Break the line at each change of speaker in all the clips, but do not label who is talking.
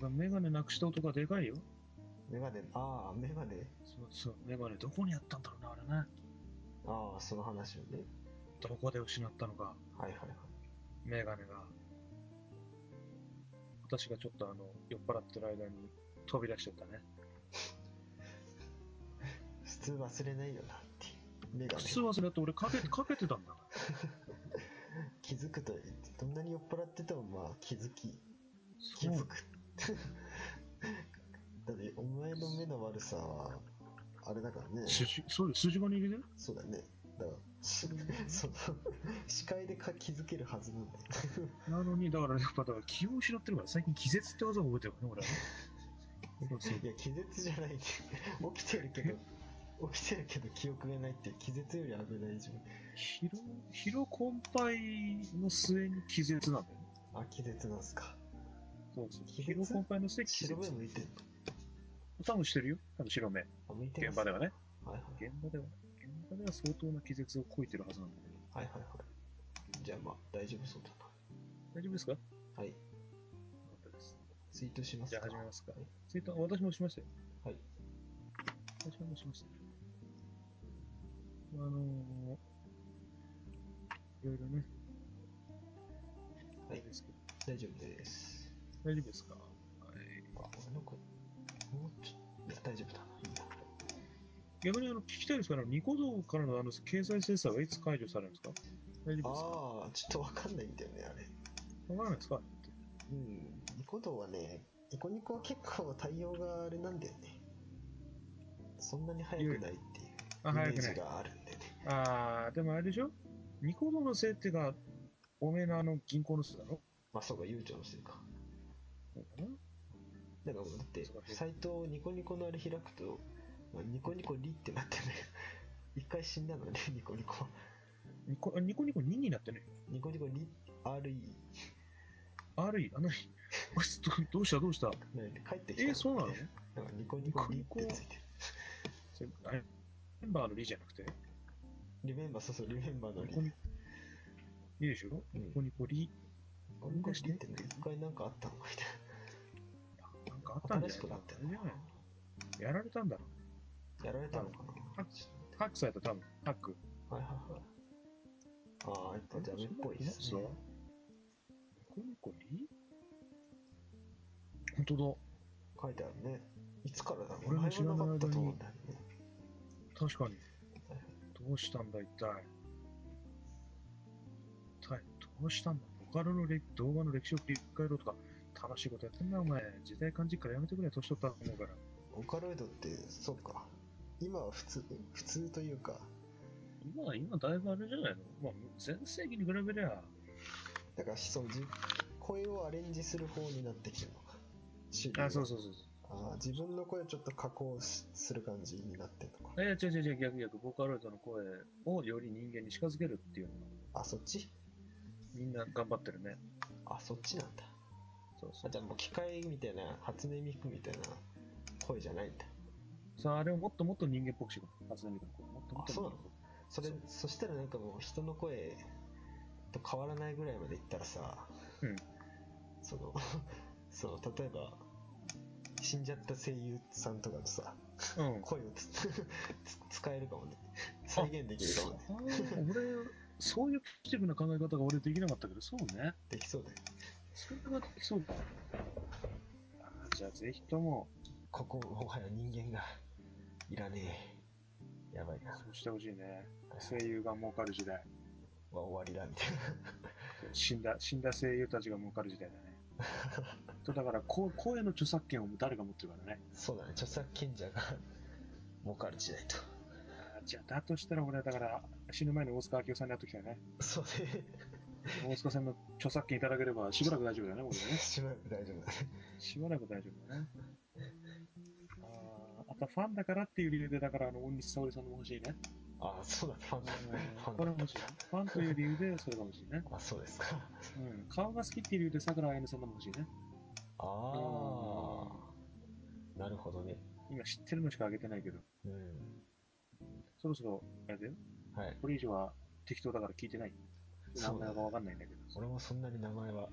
ぱメガネなくした音がでかいよ。
メガネ、ああ、メガネ。
そうそう、メガネどこにあったんだろうな、あれね。
ああ、その話をね。
どこで失ったのか、
はいはいはい。
メガネが。私がちょっとあの、酔っ払ってる間に飛び出しちゃったね。
普通忘れないよなっていう。メガ
普
ネ。
通はそれだって俺かけて、かけてたんだから。
気づくと、どんなに酔っ払ってても、まあ、気づき、気
そ
づ
う。
く。 だって、お前の目の悪さは、あれだからね。
筋そうです、筋金入りでね。
そうだね。だから、し その、視界でか気づけるはずなんだよ。
なのに、だから、やっぱ、だから気を失ってるから、最近気絶って技を覚えてるからね、俺はね。そうそう
いや、気絶じゃない。 起きてるけど、起きてるけど記憶がないって、気絶より危ないじゃん。
疲労、疲労困憊の末に気絶なんだよね。
あ、気絶なんすか。
そうそう。
気
疲
絶
労困憊の末に気
白目
絶。
向いてんの
多分してるよ。多分白目。
あ、向いてま
現
す。
場ではね。
はいはい。
現場では、現場では相当な気絶をこいてるはずなんだけど。
はいはいはい。じゃあまあ、大丈夫そうだ
大丈夫ですかよ
な。はい。
かったです。
ツイートします
じゃあ
か。
始めますか
はい。
ツイート、あ私もしましたよ。
はい。
私もしましたよ。あのー、いろいろね。
はい
あれですけど
大丈夫です。
大丈夫ですかはい。
あ、俺の声。もうちょっと、大丈夫だな。いいな。
逆にあの聞きたいですから、ニコ動からのあの経済制裁はいつ解除されるんですか大丈夫ですか
ああ、ちょっとわかんないんだよね、あれ。
わからないですか
うん。ニコ動はね、ニコニコは結構対応があれなんだよね。そんなに早くないっていうイ
あ、
メ
早
ー
くな
ジ
い。
があるんでね。
あー、でもあれでしょニコ動のせいってが、おめえのあの銀行のせいだろ
まあそうか、悠長のせいか。
そうかな
だからもうだって
そう、か
サイトをニコニコのあれ開くと、まあニコニコリってなってね。 一回死んだのね、 ニコニコは。
ニコニコニコ2になってね。
ニコニコリ、RE。
RE、あの日、あいつどどうしたどうした
なんで帰ってきた
えー、そうなの
なんかニコニコリってついてる。
それあれメンバーのリじゃなくて
リメンバー、そうそう、リメンバーの
ニ
リ
コ。ニコ。いいでしょ
うん
ニコニコリ。
あニコニコリってね、一回なんかあったのみたい
なんかあった
な。
んじ
新
ゃ
しくな
ない
った
あれ
よ
じゃ
ね
ない。やられたんだろ
やられたのかな
あハックされた、多分ハック。
はいはいはい。ああ、やっぱダメっぽいですね。
ニコニコリ本当
書いてあるね。いつからだろう
俺の
前
知らな
はいな
間に
かったと思うんだよね。
だ。確かに。どうしたんだ、一体。一体、どうしたんだ。ボカロの歴動画の歴史を振り返ろうとか、楽しいことやってんな、お前。時代感じっからやめてくれ、年取ったと思うから。
オカロイドって、そうか。今は普通、普通というか、
今は今だいぶあれじゃないのまあ、全盛期に比べりゃ、
だからそう、自声をアレンジする方になってきてるのか。主流は
あ、そうそうそうそう。
あー自分の声をちょっと加工しする感じになってるのか。
いや、違う違う違う、逆逆、ボーカロイドの声をより人間に近づけるっていうのが、
あ、そっち
みんな頑張ってるね。
あ、そっちなんだ。
そうそ
あ、じゃあもう機械みたいな、初音ミクみたいな声じゃないんだ。
う。さあ、あれをもっともっと人間っぽくしよう。初音ミクの声。もっともっ
あ、
と
そ
人
うな
間っぽ
のそれ、そしたらなんかもう人の声と変わらないぐらいまでいったらさ、
く。うん。
その、 その、例えば、死んじゃった声優さんとかのさ、
うん。
声をつつ使えるかもね。再現できるかもね。
あー俺、そういうポジティブな考え方が俺できなかったけど、そうね。
できそうだよ。
それができそうだ。あーじゃあ、ぜひとも、
ここ、もはや人間がいらねえ。やばいな。
そうしてほしいね。声優が儲かる時代。
は終わりだ、みたい
死んだ、死んだ声優たちが儲かる時代だね。そうだから、こう声の著作権を誰が持ってるからね。
な。そうだね。著作権者が儲かる時代と。
あじゃあ、だとしたら俺はだから、死ぬ前に大塚明夫さんに会っときたいね。
そうね。
大塚さんの著作権いただければ、しばらく大丈夫だね、俺はね。
しばらく大丈夫だね。
しばらく大丈夫だね。あーあと、ファンだからっていう理由で、だから、あの、大西沙織さんのも欲しいね。
ああ、そうだ、ファンだ。ファン
これ
だ
も欲しい。ファンという理由で、それが欲しいね。
あ、そうですか。
うん。顔が好きっていう理由で、桜彩音さんのも欲しいね。
ああ、なるほどね。
今知ってるのしかあげてないけど、
うん。
そろそろ、あれだよ。
はい。
これ以上は適当だから聞いてない。名
そうだ
前がわかんないんだけど。
俺もそんなに名前は、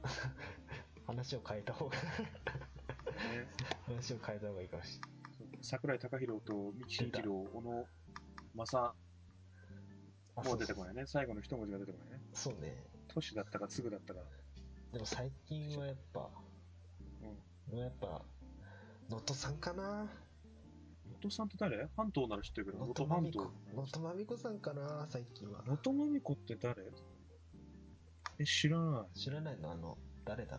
話を変えた方が
う
話を変えた方がいいかもし
桜井貴弘と三木慎一郎、小野正、
れない。
もう出てこ
い。
ないね。最後の一文字が出てこないね。
そうね。
都市だったか、すぐだったか。
でも最近はやっぱ、
うん。
でもやっぱ、能登さんかな
能登さんって誰半島なら知ってるけど、
能
能
登
登
ま
半
み
島
こ。。能登まみこさんかな最近は。
能登まみこって誰え、知らない。
知らないのあの、誰だ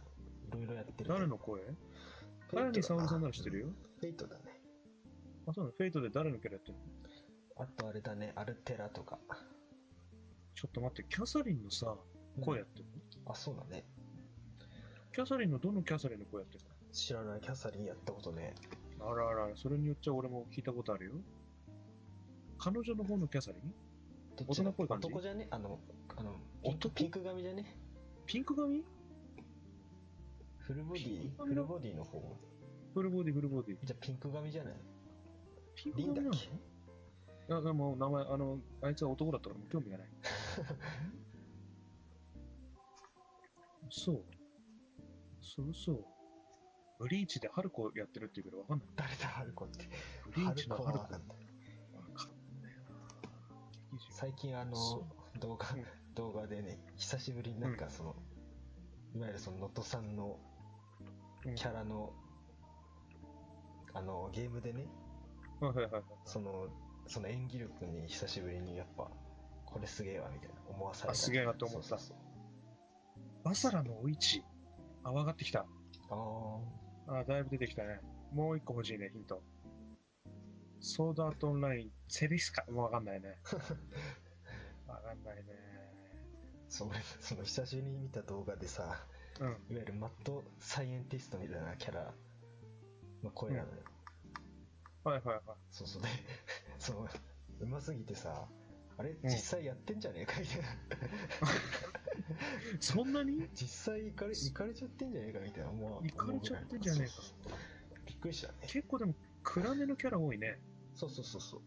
ろういろいろやってる。
誰の声
フ
誰
ェイ
に
ト
沙
だ
織さんなら知ってるよ。
フェイトだね。
あ、そうなのフェイトで誰のキャラやってるの
あとあれだね、アルテラとか。
ちょっと待って、キャサリンのさ、声やってるの、
あ、そうだね。
キャサリンのどのキャサリンの声やってる
知らない、キャサリンやったことね。
のあらあらあら、それによっちゃ俺も聞いたことあるよ。彼女の方のキャサリン
どち
大人
ら
っぽい感じ
男じゃねあの、あの、ピンク
男
ピンク髪じゃね
ピンク髪
フルボデ
ピンク
ィ
髪
フ
だ
ルボディの方
フルボディ、フルボディ。
じゃあピンク髪じゃない
ピンク
リン
髪
だ
な
っ
の
け
いや、でも名前、あの、あいつは男だったからもう興味 がない。そう。そうそう。ブリーチでハルコやってるっていうけどわかんない。
誰だ、ハルコって。
ブリ
ハ
ー
ル
チの
コ
ハ
は
ルコ。
わ
わ
か
かん
んな
な
い。
いな。いいじ
最近あの
そ、
動画
う、
動画でね、久しぶりになんかその、いわゆるその、能登さんの
ゃん
キャラの、あの、ゲームでね、
うんはいはいはい。
その、その演技力に久しぶりにやっぱ、これすげえわ、みたいな思わされた。
あすげえなと思った
そうそう
バサラのお市。あ、わかってきた。
そう
あ、だいぶ出てきたね。もう一個欲しいね、ヒント。ソードアートオンライン、セリスカ。もうわかんない ね。わかんないね。
ああ、そう、俺その久しぶりに見た動画でさ、
うん。
いわゆるマッドサイエンティストみたいなキャラの声なのよ。
はいはいはい。
そうそうで、 そう、うますぎてさ、あれ、
ん
実際やってんじゃねえかみたいな。
そんなに
実際行かれ、行かれちゃってんじゃねえかみたいな。もう、
行かれちゃってんじゃねえか
そうそうそう。びっくりしたね。
結構でも、暗めのキャラ多いね。
そうそうそうそう。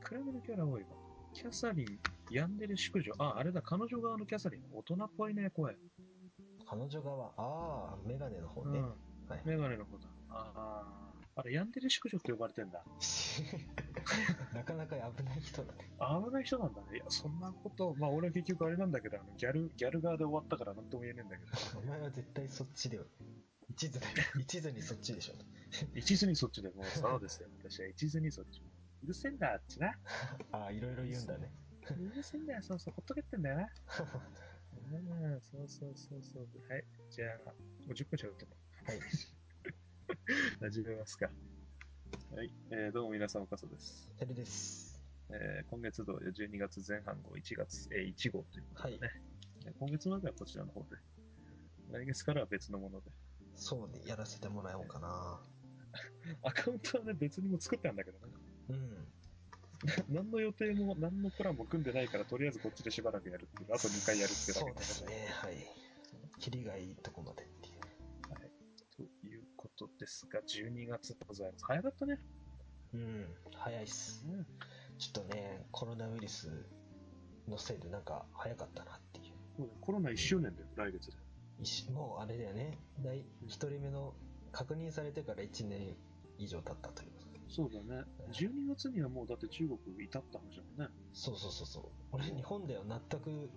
暗めのキャラ多いわ。キャサリン、ヤンデレ淑女。あ、あれだ、彼女側のキャサリン。大人っぽいね、声。
彼女側、ああ、メガネの方
う
ね。
ん。
はい。
メガネの子だ。ああ。あれ、ヤンデレ淑女って呼ばれてんだ。
なかなか危ない人だね。
危ない人なんだね。いや、そんなこと、まあ俺は結局あれなんだけど、あのギャル、ギャル側で終わったからなんとも言えねえんだけど。
お前は絶対そっちでは。一途だよ。一途にそっちでしょ。
一途にそっちで、もうそうですよ。私は一途にそっち。うるせえんだ、あっちな。
ああ、いろいろ言うんだね。
うるせえんだよ、そうそう。ほっとけってんだよな。うん、そうそうそうそう。はい、じゃあ、もう10分しゃべっても
はい。
始めますか。はい、えーどうも皆さん、おかそです。
てるです。
えー今月度、12月前半号、1月、えー1号ということでね、えー今月まではこちらの方で、来月からは別のもので、
そうね、やらせてもらおうかな。
アカウントはね、別にもう作ったんだけどね、
うん。
何の予定も、何のプランも組んでないから、とりあえずこっちでしばらくやるっていう、あと2回やるっていうだ
そ
け
うですね、はい。キリがいいとこまでっていう。
ということですが、12月でございます。早かったね。
うん、早いっす。ちょっとね、コロナウイルスのせいでなんか早かったなっていう
そうだよコロナ1周年だよ、来月で。
一し。もうあれだよね、第1人目の確認されてから1年以上経ったということで。
そうだね。12月にはもうだって中国至った話だもんね。
そうそうそうそう。俺、日本では全く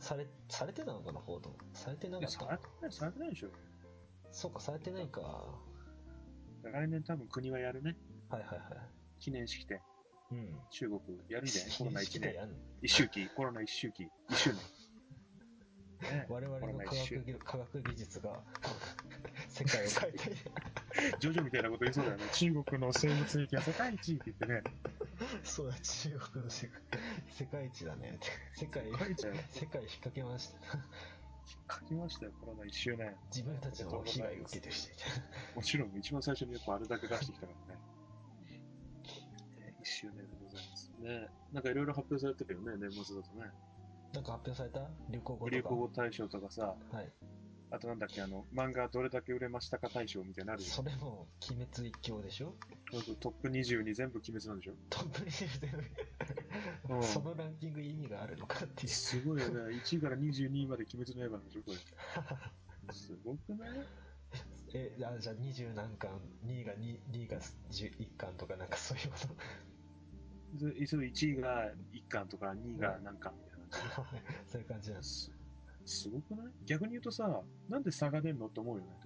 され、されてたのかな、報道。されてな
や、
いかっ
さ
た
れ
の
てない、されてないでしょ。
そうか、されてないか。は
来年多分国はやるね。
いはいは
記念式典。
い。うん。
中国やるじゃ ないコロナ1年。
やん
一周期、コロナ一周期、一周 年。ね、
我々
コロ
の
ナ
科
一周
学技科学技 術が世界を変えて
ジョジョみたいなこと言いそうだよね。中国の生物域は世界一って言ってね。
そうだ中国の世界世界一だね世界
世界一だよ
世界引っ掛けました
書きましたよ、コロナ一周年。
自分たちの被害を受けて る人み
もちろん一番最初にやっぱあれだけ出してきたからね。えー一周年でございますね。なんかいろいろ発表されてるよね、年末だとね。
たいななんか発表された流行語
流
と
行語
か
大賞とかさ、
はい
あとなんだっけ、あの、漫画どれだけ売れましたか大賞みたいなのあるじ
それも鬼滅一強でしょ
ゃん。ほんとトップ20に全部鬼滅なんでしょ。
トップリー
う
で
ん
そのランキング意味があるのかっていう
すごいよね。1位から22位まで鬼滅の刃なんでしょ、これ。すごくない
えあじゃあ20何巻2位が 2, 2位が11巻とかなんかそういうこと
いつも1位が1巻とか2位が何巻みたいな
そういう感じなんです
すすごくない逆に言うとさなんで差が出るのって思うよね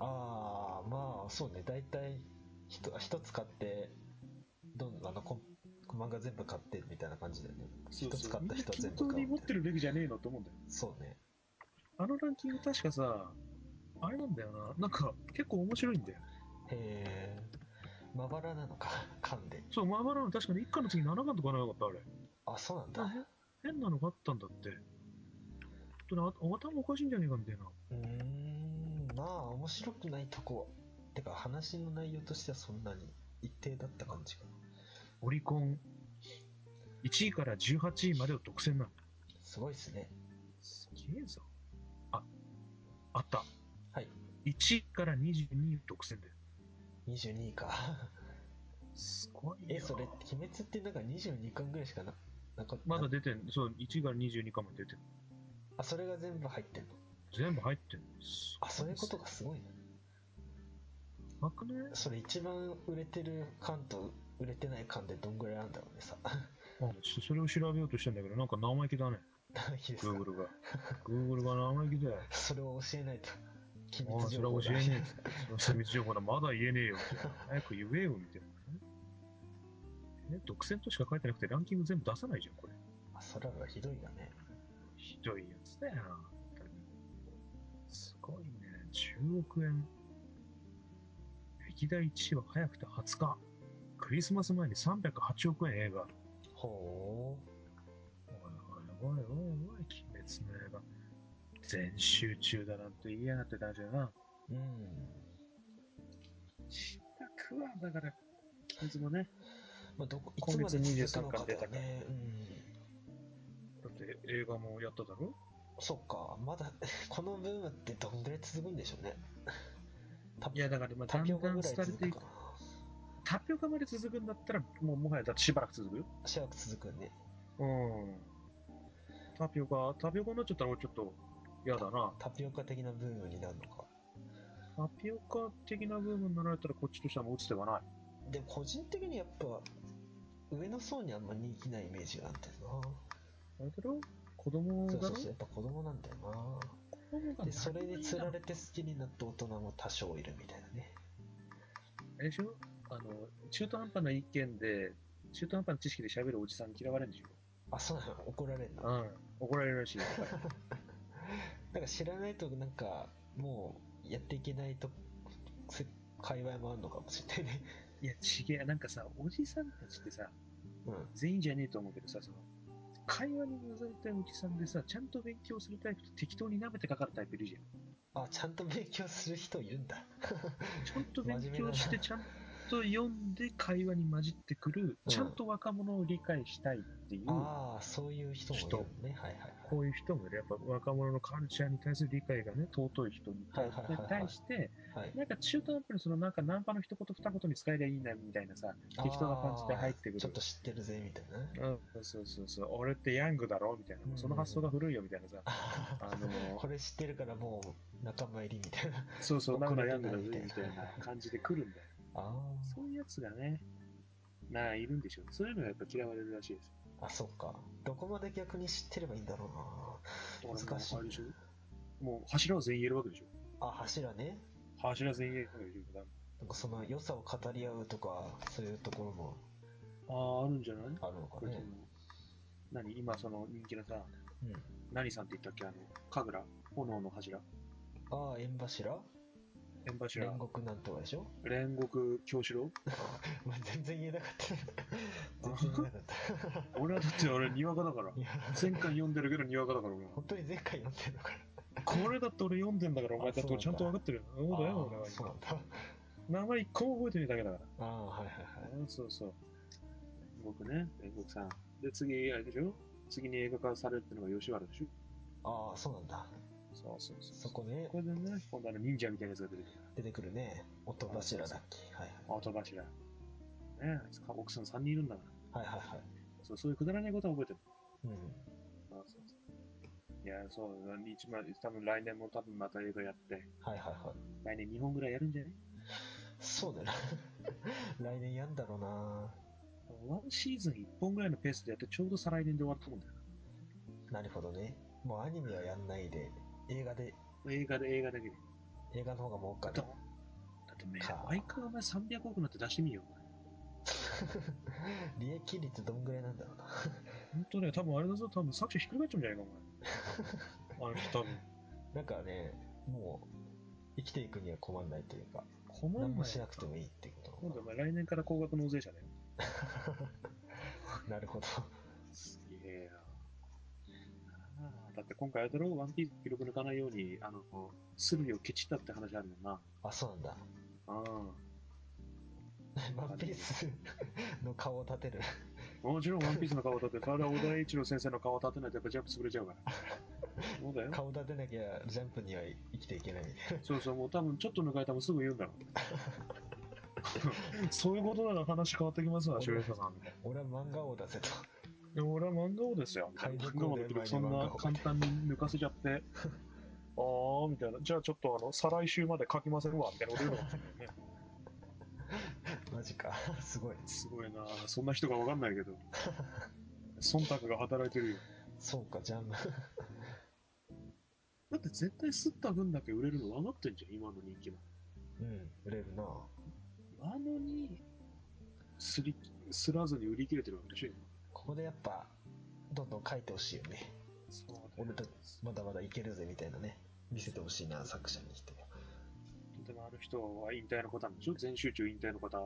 ああまあそうね大体ひと一つ買ってどんあのこ漫画全部買ってみたいな感じだよね
そう
一つ
そう
買っ
みん
た
な
人は
均
全部
等
買
に
う
持
み
った
い
て
な
るべきじゃねえのと思うんだよ
そうね
あのランキング確かさあれなんだよななんか結構面白いんだよ
へえまばらなのか 噛んで
そうまばらの確かに1巻の次7巻とかなかったあれ
あそうなんだ
あ変なのがあったんだってちょっとねあ頭おかしいんじゃねえかみたいな
うーんまあ面白くないとこはてか話の内容としてはそんなに一定だった感じかな
オリコン1位から18位までを独占なの
すごいですね
すげえぞああった
はい
1位から22位独占だよ
22位か
すごい
えそれ「鬼滅」ってなんか22巻ぐらいしかななかった
まだ出てんそう1位から22巻まで出てる
あそれが全部入ってんの
全部入ってるす
あそういうことがすごいな
なくね
それ一番売れてる缶と売れてない缶でどんぐらいあるんだろうねさ
あちょっとそれを調べようとしたんだけどなんか生意気だね
いいですか
Google が Google が生意気だよ
それを教えないと機
ああ
密
それ
情
は教
報だ
えねえっつってその秘 密情報だまだ言えねえよみたいな早く言えよみたいなねえ独占としか書いてなくてランキング全部出さないじゃんこれ
あそれはひどいよね
ひどいやつだよ本当にすごいね10億円歴代1位は早くて20日クリスマス前に308億円映画
ほ
おいおいおいおいおい鬼滅の刃全集中だなんて言いやがってたじゃな
ううん
死んだくわだから鬼滅もね
まあ、どこいつ
今
ま
月
で
23
続
巻
くのか
出
だ
た
よ
から
ねうん
だって映画もやっただろ
そっかまだ このブームってどんぐらい続くんでしょうねた
いやだからまあだ
タ
ん
ピ
だ
オカ
ん
ぐらい
廃れ
続
て
く
い
か
くタピオカまで続くんだったらもうもはやだってしばらく続くよ
なしばらく続くね
うんタピオカタピオカになっちゃったら俺ちょっと嫌だな
タピオカ的なブームになるのか
タピオカ的な部分になられたらこっちとしてはもう打つ手はない
でも個人的にやっぱ上の層にあんま人気ないイメージがあってな
あれだろ子供
そう
だ
そ
ろ
うそうやっぱ子供なんだよ
子供
な
が
でそれにつられ
て
て好きになった大人も多少いるみたいなね
あれでしょあの中途半端な意見で中途半端な知識で喋るおじさん嫌われるんでし
あそうなの怒られる
ょう
の
ん怒られるらしいよやっぱり
なんか知らないとなんかもうやっていけないとせ界隈もあるのかもしれ ないね
いやちげえなんかさおじさんたちってさ
うん
全員じゃねえと思うけどさその会話に混ざりたいおじさんでさちゃんと勉強するタイプと適当に舐めてかかるタイプいるじゃん
あちゃんと勉強する人いるんだ
ちゃんと勉
真面
強
目だな
して、ちゃんと読んで会話に混じってくる、
うん
ちゃんと若者を理解したいっていう、
ああそういう人もいるのねはいはいはい
こういう人もいるやっぱ若者のカルチャーに対する理解がね、尊い人に対
はいはいはいはい
対して、
はい
なんか中途半端にそのなんかナンパの一言二言に使えりゃいいなみたいなさ、適当な感じで入ってくる
あーちょっと知ってるぜみたいなね
うん、そうそうそう、俺ってヤングだろみたいな
う、ん
その発想が古いよみたいなさ、
あ
あの
ー これ知ってるからもう仲間入りみたい な
そうそう、なんかヤングだ
怒られ
ぜ
てない
みたいな感じで来るんだよ。
あ
そういうやつがね、なあ、いるんでしょう。そういうのがやっぱ嫌われるらしいです。
ーあそっかどこまで逆に知ってればいいんだろうな難しい
あれでしょもう柱を全員言えるわけでしょ
あ柱ね
柱全員言えるわけでしょ
なんかその良さを語り合うとかそういうところも
ああ、あるんじゃない
あるの
こ
か
れで
ね
も、何今その人気のさ、
うん
何さんって言ったっけあの、神楽炎の柱
ああ縁柱
縁柱
煉獄なんとかでしょ
煉獄京四郎
まあ全然言えなかった全然言えなかっ た
俺はだって俺、にわかだから
い。や
前回読んでるけど、にわかだから俺は。
本当に前回読んでるのかな
これだって俺読んでんだから、お前
あそ
だって
うなんだ
俺ちゃんと分かってるよ。そうだよ、俺
あーそうな
は。
んだ
名前一個も覚えてねえだけだから。
ああはいはいはい
うんそうそう。僕ね、煉獄さん。で、次、あれでしょ次に映画化されるってのが吉原でしょ
ああそうなんだ
そうそうそう
そこね
これでね、今度あの忍者みたいなやつが出てくる。
出てくるね音柱だっけはいはい
後柱。ねえ、あいつか奥さん3人いるんだから。
はいはいはい
そうそういうくだらないことは覚えてる。
うん
そうそうそういや、そう、一番、多分来年も多分また映画やって、
はいはいはい
来年2本ぐらいやるんじゃない
そうだな 来年やんだろうな
ワンシーズン1本ぐらいのペースでやって、ちょうど再来年で終わったもんだよ
なるほどねもうアニメはやんないで映画で
な。映画で、映画だけで。
映画の方が儲か
だ
る
って、だってめ
か
毎回お前300億なんて出してみよう。
利益率どんぐらいなんだろうな
本当ね、多分あれだぞ、多分作者ひっくり返っちゃうんじゃないか、お 前。あの人多分。
なんかねもう生きていくには困んないというか
困ん
何も
ない
しなくてもいいっていうこ
今度
と
お前来年から高額納税者だよ。
なるほど
すげえな。あーだって今回あれだろ、ワンピース記録抜かないように、あの、スルリをケチったって話あるもんな。
あそうなんだ
あ
「ワンピースの顔を立てる
あ。もちろんワンピースの顔を立て、ただ小田栄一郎先生の顔を立てないとやっぱジャンプ潰れちゃう から。そうだよ。
顔立てなきゃジャンプには生きていけないみたい
そうそう、もう多分ちょっと抜かれたらもうすぐ言うんだろう。 そういうことなら話変わってきますわ、主演者さんみたい
な俺は漫画を出せと
な。でも俺は漫画王ですよ、みたいな。漫
海賊
画
王
王だ
だよ
けど、そんな簡単に抜かせちゃって。 あー、みたいな。じゃあちょっとあの、再来週まで書きませんわ、みたいなこと言うのかもしれないね。
マジかすごい
すごいなそんな人がわかんない けど。忖度が働いてるよ。
そうかジャンプ
だって絶対吸った分だけ売れるの分かってんじゃん、今の人気も。
うん売れるな
なのに、すり、すらずに売り切れてるわけでしょ、今。
ここでやっぱどんどん書いてほしいよね
そうだ
俺たちまだまだいけるぜみたいなね見せてほしいな作者にして
でもある人は引退の方なんでしょ全集中引退の方。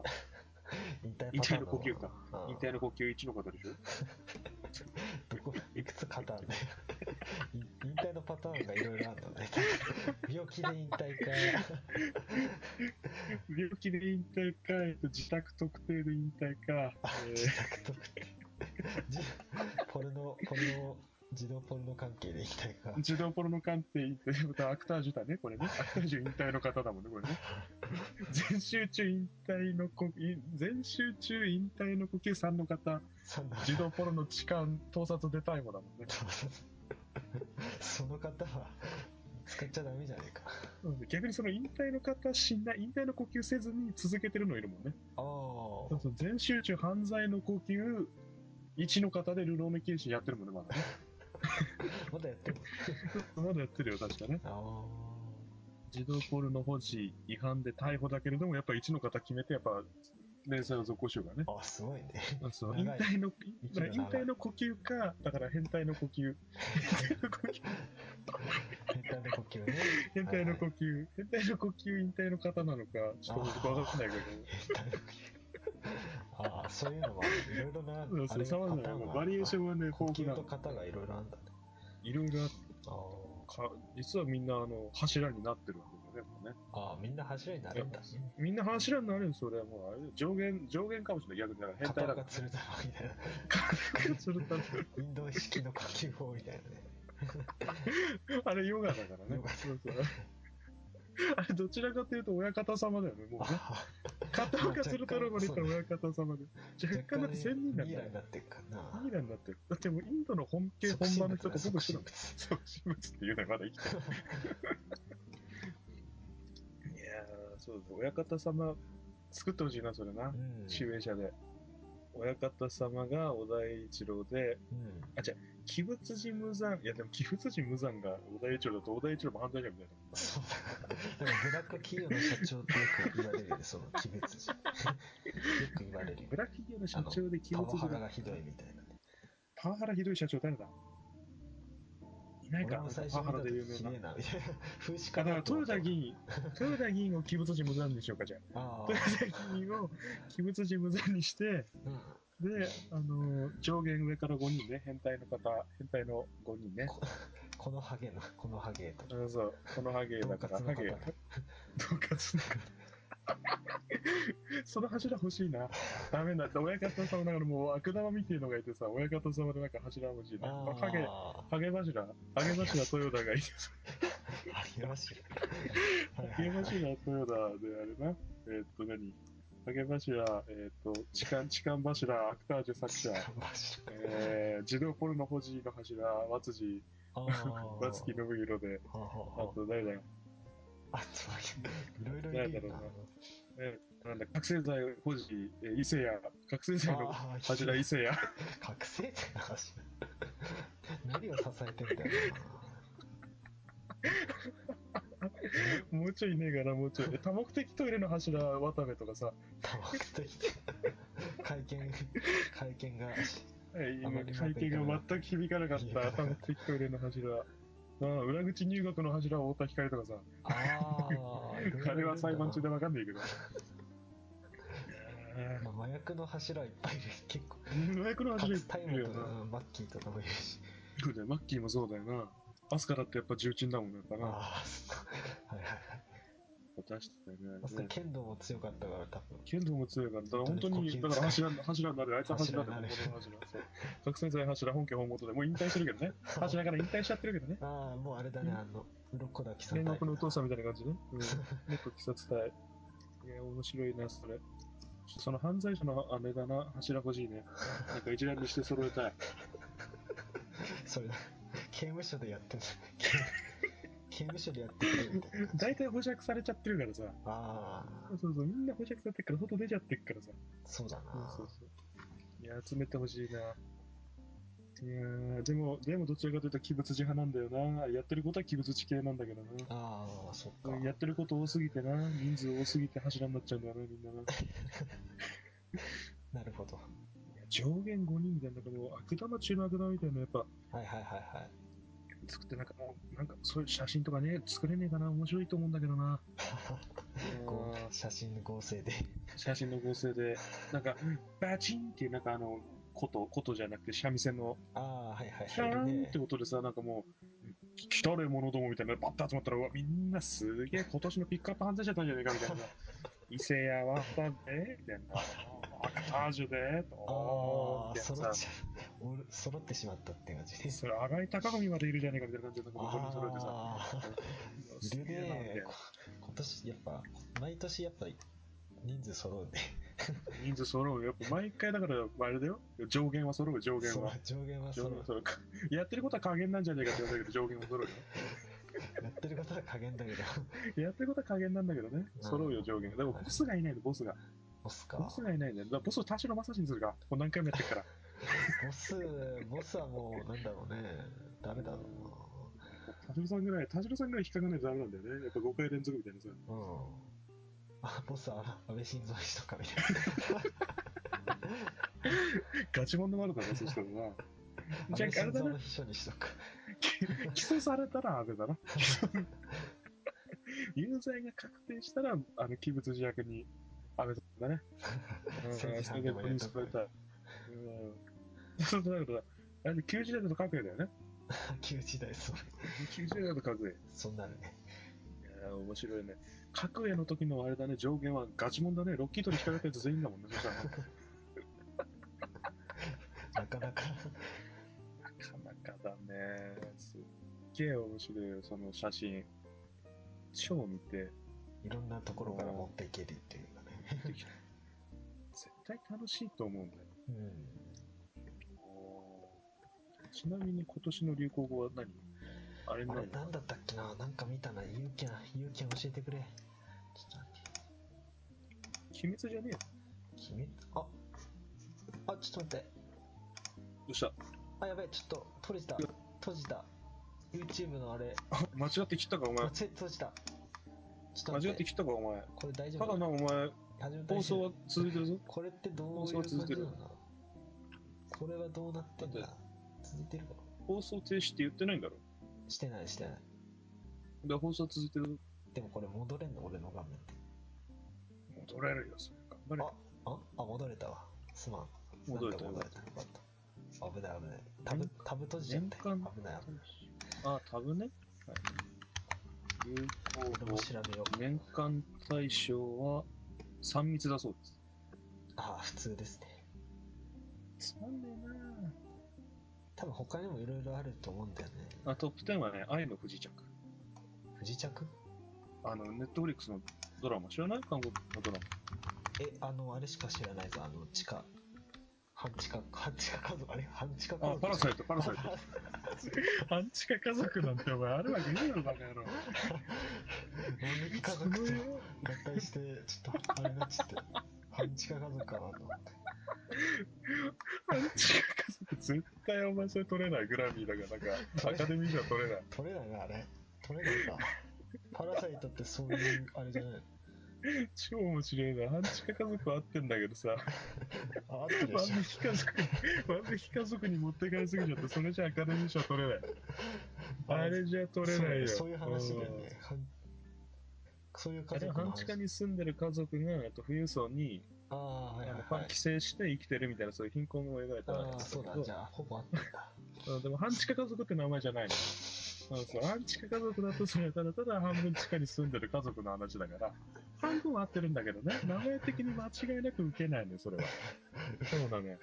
引退パターンなの
引退の呼吸か
なうん
引退の呼吸1の方でしょ
どこいくつパターンで引引退のパターンがいろいろあるんだね病気で引退 か
病気で引退か、えっと、自宅特定で引退か、え
自宅特定じポルノポルノ自動ポルノ関係で引退か
ー自動ポロの鑑定引退、またアクタージュだね、これね。アクタージュ引退の方だもんね、 これね。全集中引退の呼吸、全集中引退の呼吸さんの方、
そんな
自動ポロの痴漢、盗撮で逮捕だもんね。
その方は使っちゃダメじゃねえか
うん逆にその引退の方、死んだ、引退の呼吸せずに続けてるのいるもんね。
あ
そう
あ
そう全集中犯罪の呼吸1の方で流浪の禁止やってるもんねまだね
まだやってる
まだやってるよ確かね
ああ
児童ポルノ保持違反で逮捕だけれどもやっぱ1の方決めてやっぱ連載を続行しようからね
あすごいね
あそう
長い
引退の
息
だ
が
か
長
ら
い
引退の呼吸かだから変態の呼吸
変態の呼吸ね
変態の呼
はいはい
吸変態の呼吸引退の方なのかちょっと僕分かんないけど
変態の呼吸ああそういうのもいろいろなあ
そうそう
れ
さまざまなもうバリエーションはね豊
呼
富
吸
な
と
の
型がいろいろあるんだね
いろいろあって
あ
か実はみんなあの柱になってるわけだよねやっぱね
ああみんな走るになるんだ
みんな柱になるよ、それはもうあれだよ上限、上限かもしれない、逆にだから変態
肩
だ
が
か
つるだろみたいな
ら。それだって
インド式の呼吸法みたいなね
あれヨガだから
ヨ
ね
ガ。
そうそうあれどちらかというと親方様だよね、も うね。
あ
片岡鶴太郎までいったら親方様で。
あ
若干だって仙人
ミ
だか
イラ
ら。
になってるかな
ミイラになってる。だってもうインドの本家、本場の人とほぼ一緒だもん。そう、神仏っていうのはまだ生きて る。いやー、そうそう、親方様、作ってほしいな、それな。集英社で。親方様が小田栄一郎で、
うん
鬼仏寺無惨、いやでも鬼仏寺無惨が小田栄一郎だと小田栄一郎も犯罪者みたいな。
そうだでもブラック企業の社長ってよく言われるよねその鬼滅人よく言われるよ
ブラック企業の社長で鬼
パ
仏
ワハ
寺
ラ
だ
がひどいみたいなね
パワハラひどい社長誰だいない
俺
か
も最、
パ
初
ワハラで有
見た時ひ
名
ね
な。
えなみたいな風刺
あだ
か
か
な
ら
と思
豊
った
田議員、豊田議員を鬼仏寺無惨にしようか、じゃあ。
ああ
豊田議員を鬼仏寺無惨にして、
うん
で、あのー上限上から5人ね、変態の方、変態の5人ね。
ここのハゲのこのハゲと
あそう、このハゲだから、
恫
ハ
喝の方
ゲ。恫喝の方その柱欲しいな。ダメだ。親方様だからもう悪玉みてえのがいてさ、親方様でなんか柱欲しいな。
ああ
ハゲ、ハゲ柱、ハゲ柱豊田がいてさ、
ハゲマシル
ハゲ柱豊田であれな。えーっと何ハゲ柱、えーっと、痴漢、痴漢柱、アクタージュ作者、
マシル
えー、自動ポルノ保持の柱、松地、。
ああ
松木信弘で、
はあは
あ
あは
と誰だよ。
あ。あ、そういう、いろいろいるな
なんだろ。えなんだ、覚醒剤保持、え伊勢屋、覚醒剤の
ああ、
柱伊勢屋。
覚醒剤の話。何を支えてんだよ
もうちょいねえかな、もう ちょい。え多目的トイレの柱渡部とかさ、
な。多目的で。会見、会見が、
はい
あまりうま
会
くいかない
計が全く響かなかった多目的トイレの柱。ああ裏口入学の柱を太田光とかさ、
ああ、いろいろいるんだな
あれは裁判中でわかんないけど。
まあ麻薬の柱いっぱいいる。結構。
麻薬の
か
柱いっ
つ
ぱ
タ
い
イ
いる
ム
よ
とか、
な。
マッキーとかもいるし。
そうだよマッキーもそうだよな。アスカだってやっぱ重鎮だもんね、やっぱな。
ああ、そう。はいはいはい。
出してたよね
まさか
ね。
剣道も強かったから、多分。
剣道も強いから、だから本当
本当
に、
に
だから柱柱になる、あいつは柱で、
柱
本
に
物
な
の
る
柱。そう学生罪柱、本家本元で、もう引退してるけどね。柱から引退しちゃってるけどね。
ああ、もうあれだね、あの、鱗滝さん
煉
タ
獄
イプだ
の
な。
お父さんみたいな感じね。うん。猫鬼殺隊。いや、面白いな、それ。その犯罪者のあれだな、柱欲しいね。なんか一覧にして揃えたい。
それだ。刑務所でやってんじゃない 刑務所でやってくれみたいな。
大体保釈されちゃってるからさ。
ああ、
そうそう、みんな保釈されてるから、外出ちゃってるからさ。
そうだ
そう
な。
そうそう。いや、集めてほしいな。いやーでも、でもどちらかというと、鬼物地派なんだよな。やってることは鬼物地系なんだけどな。
ああ、そっか。
やってること多すぎてな。人数多すぎて柱になっちゃうんだよな、みんなな。
なるほど。
上限5人みたいな、なんかもう悪玉中の悪玉みたいな、やっぱ、
はいはいはいはい。
作ってなんかもう、なんかそういう写真とかね、作れねえかな、面白いと思うんだけどな。
こう写真の合成で。
写真の合成で、なんか、バチンっていう、なんかあの、こと、ことじゃなくて、三味線の、
ああ、はいはい
シ
は
ャ
い。いる
ーン
ね
って。音でさ、なんかもう、きたれ者どもみたいな、バッと集まったら、うわ、みんなすげえ、今年のピックアップ犯罪者だったんじゃねえかみたいな。伊勢屋はったんで、みたいな。アクタージュで、
あ
おー、み
あ、
たい
揃
な
っ
さ。
ちゃう。おる揃ってしまったって感じで。
それ、荒井高文までいるじゃねえかみたいな感じで、なんかここに揃えてさ。
ああ、いる
すげえなみたい
ね
な。
こ今年やっぱ、毎年やっぱ人数揃うね。
人数揃うよ。毎回だから、あれだよ。上限は揃う、上限
そう
は。
上限は
上
揃
限
う
は。揃う。やってることは加減なんじゃねえかって言われたけど、上限は揃う
やってることは加減だけど。
よ。やってることは加減なんだけどね。揃うよ、上限が。でも、ボスがいないの、ボスが。
ボスか。
ボスがいないんだよ。だからボスを田代正史にするか。こう何回もやってるから。
ボス、ボスはもう、なんだろうね。誰だろ
田代さんぐらい、田代さんぐらい引っかかんないとダメなんだよね。やっぱ5回連続みたいなさ。
うな。うん。あ、ボスは安倍晋三氏とかみたい
ガチモンの悪だね、そしたらな。
な。
じゃ
安 倍
あ、あれだな
晋三の。秘書にし とく。
起訴されたらあれだな。有罪が確定したら、あの、器物自悪に、安倍さんだね。
政 治
それで
犯でも
プ
や
リン
る
ス
と
プ
こ
レター。うん。そうだ から、あれ、90年代の格上だよね。
旧時代、そう。
90年代の格上。い
そんなるね。
やー面白いね。格上の時のあれだね、上限はガチモンだね。ロッキーとに引っかかったやつ全員だもんね。そしたらな
なかな か。
かなかだね。すっげえ面白いよ、その写真。超見 て。
いろんなところから持っていけるっていうかね。
絶対楽しいと思うんだよ。
うん。
ちなみに今年の流行語は何あれ
あ
何
れ、なんだったっけななんか見たな。ゆうきゃん、ゆうきゃん教えてくれ。ちょっと待って。
秘密じゃねえよ。
君、あ、あ、ちょっと待って。
どうした
あ、やべえ、ちょっと、閉じた。閉じた。YouTube のあれ、
間違って切ったか、お前
あ。つ閉じた。ちょっ
間
と待
違
っ
って
て、
切ったか、お前。
これ大丈
ただ
夫
な、お前、
始めた
放送は続いてるぞ。
これってどう
放
いう
送は
感じ
続いて
な
る
のこれはどうなってん
だ
だ続いてるか
放送停止って言ってないんだろ。
してない、してない。
で、放送は続いてるぞ。
でもこれ戻れんの俺の画面って。
戻れるよ、それ。頑張れ
あ。、あ、あ、戻れたわ。すまん。
戻れた
なんか戻れた。よかった。危ない、危ない。タブ、タブ閉じちゃって。
年
危
間
ない、危ない。
あ、タブね。はい。流行
これも
語。
調べよう。
年間大賞は3密だそうです。
あ、普通ですね。
つまんねえ
多分他にもいろいろあると思うんだよね。
なあ、トップ10はね、愛の不時着。
不時着
あの、ネットフリックスのドラマ、知らない韓国のドラマ。
え、あの、あれしか知らないぞ、あの、地下。半地下、半地下家族、あれ半地下家
あ
族。、
パラサイト、パラサ イト。
あ
半地下家族なんてお前あるわけねえだろ、バカ 野郎。
万力家
その
族と
よ
合体して、ちょっと、あれになっちゃって、半地下家族かなと思って。
半地下家族、絶対お前それ取れない、グラミーだから、なんか、アカデミーじゃ取れない。
取れないな、あれ。取れないか。パラサイトってそういう、あれじゃないの
超面白いな。半地下家族は合ってんだけどさ、
あ、合ってるで
万
しょ。
引き家族、万引き家族に持ってかれすぎちゃって、それじゃアカデミー賞取れない。あれじゃ取れないよ。
そうそういう話だよ
うん
ね。半そういう
あ
家
れは
族
半
の
地
話
下。に住んでる家族が、あと富裕層に、
ああ、はいはい
あの
はい
帰。省して生きてるみたいな、そういう貧困を描いた
ああ、
やつ
そう
だ
だ
け、ど
じゃあ、ほぼ合ってんだ。
うんでも半地下家族って名前じゃ ないの。そうそう半地下家族だとそれはただただ半分地下に住んでる家族の話だから、半分は合ってるんだけど ね、名前的に間違いなく受けないね、それは。そうだね。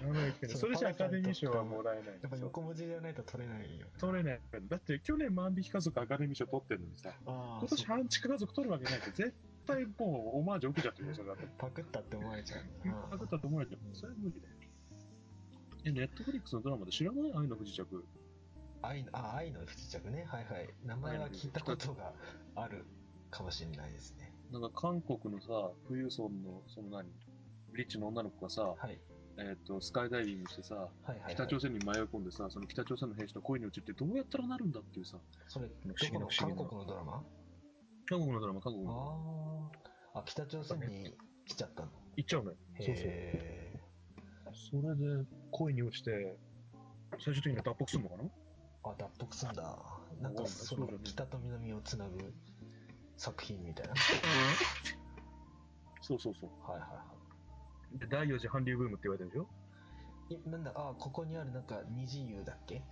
名前受けない。それじゃアカデミー賞はもらえない。
やっぱ横文字じゃないと取れないよ。
取れない。だって去年万引き家族アカデミー賞取ってるのにさ、
ああ
今、年
そう
半地下家族取るわけないって絶対もうオマージュ受けちゃってるよ、それだって。
パクったって思われちゃうんだな。
パクったと思われても、それは無理だよ。え、ネットフリックスのドラマで知らない愛の不時着。
愛のあ愛の不時着ねはいはい名前は聞いたことがあるかもしれないですね
なんか韓国のさ、富裕層の、その何、リッチの女の子がさ、
はい
えっ、と、スカイダイビングしてさ、
はいはい、は
北
い、
朝鮮に迷い込んでさ、その北朝鮮の兵士と恋に落ちるってどうやったらなるんだっていうさ、
それ
不思
ど
議
こ
な
の
不思議
韓
な
国のドラマ
韓国のドラマ、韓国のドラマ
あーあ北朝鮮に来ちゃったの
行っちゃうのよ。そうそう。
へ
それで恋に落ちて、最終的には脱北するのかな
ーあ脱北すんだなん
お
か
ー
その
そうだね
北と南をつなぐ作品みたいな
そうそうそう。
はいはいは
で、第4次韓流ブームって言われてるでしょ
いいなんだあここにあるなんか二次優だっけ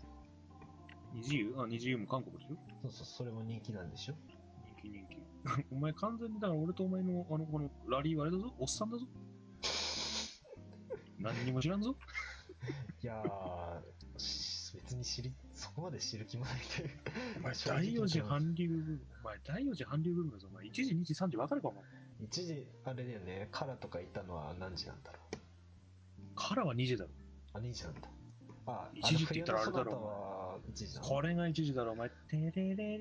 二次優あ、二次優も韓国でしょ
そうそうそれも人気なんでしょ
人気 人気。お前完全に、だから俺とお前の、あの、この、ラリーはあれだぞ、おっさ んだぞ。何にも知らんぞ。
いやーし別に知りそこまで知る気もないという
お前、
正直
第4次韓流ブーム。お前、第4次韓流ブームだぞ。お前、1時、2時、3時分かるか、お前。
一時あれだよねカラとか行ったのは何時なんだろう
からは2時だろ。
あ2時なんだあ
一時って言ったらあれだろ
ろ1時な
こ
の
れが1時だろ、お前。てれれれてれれれ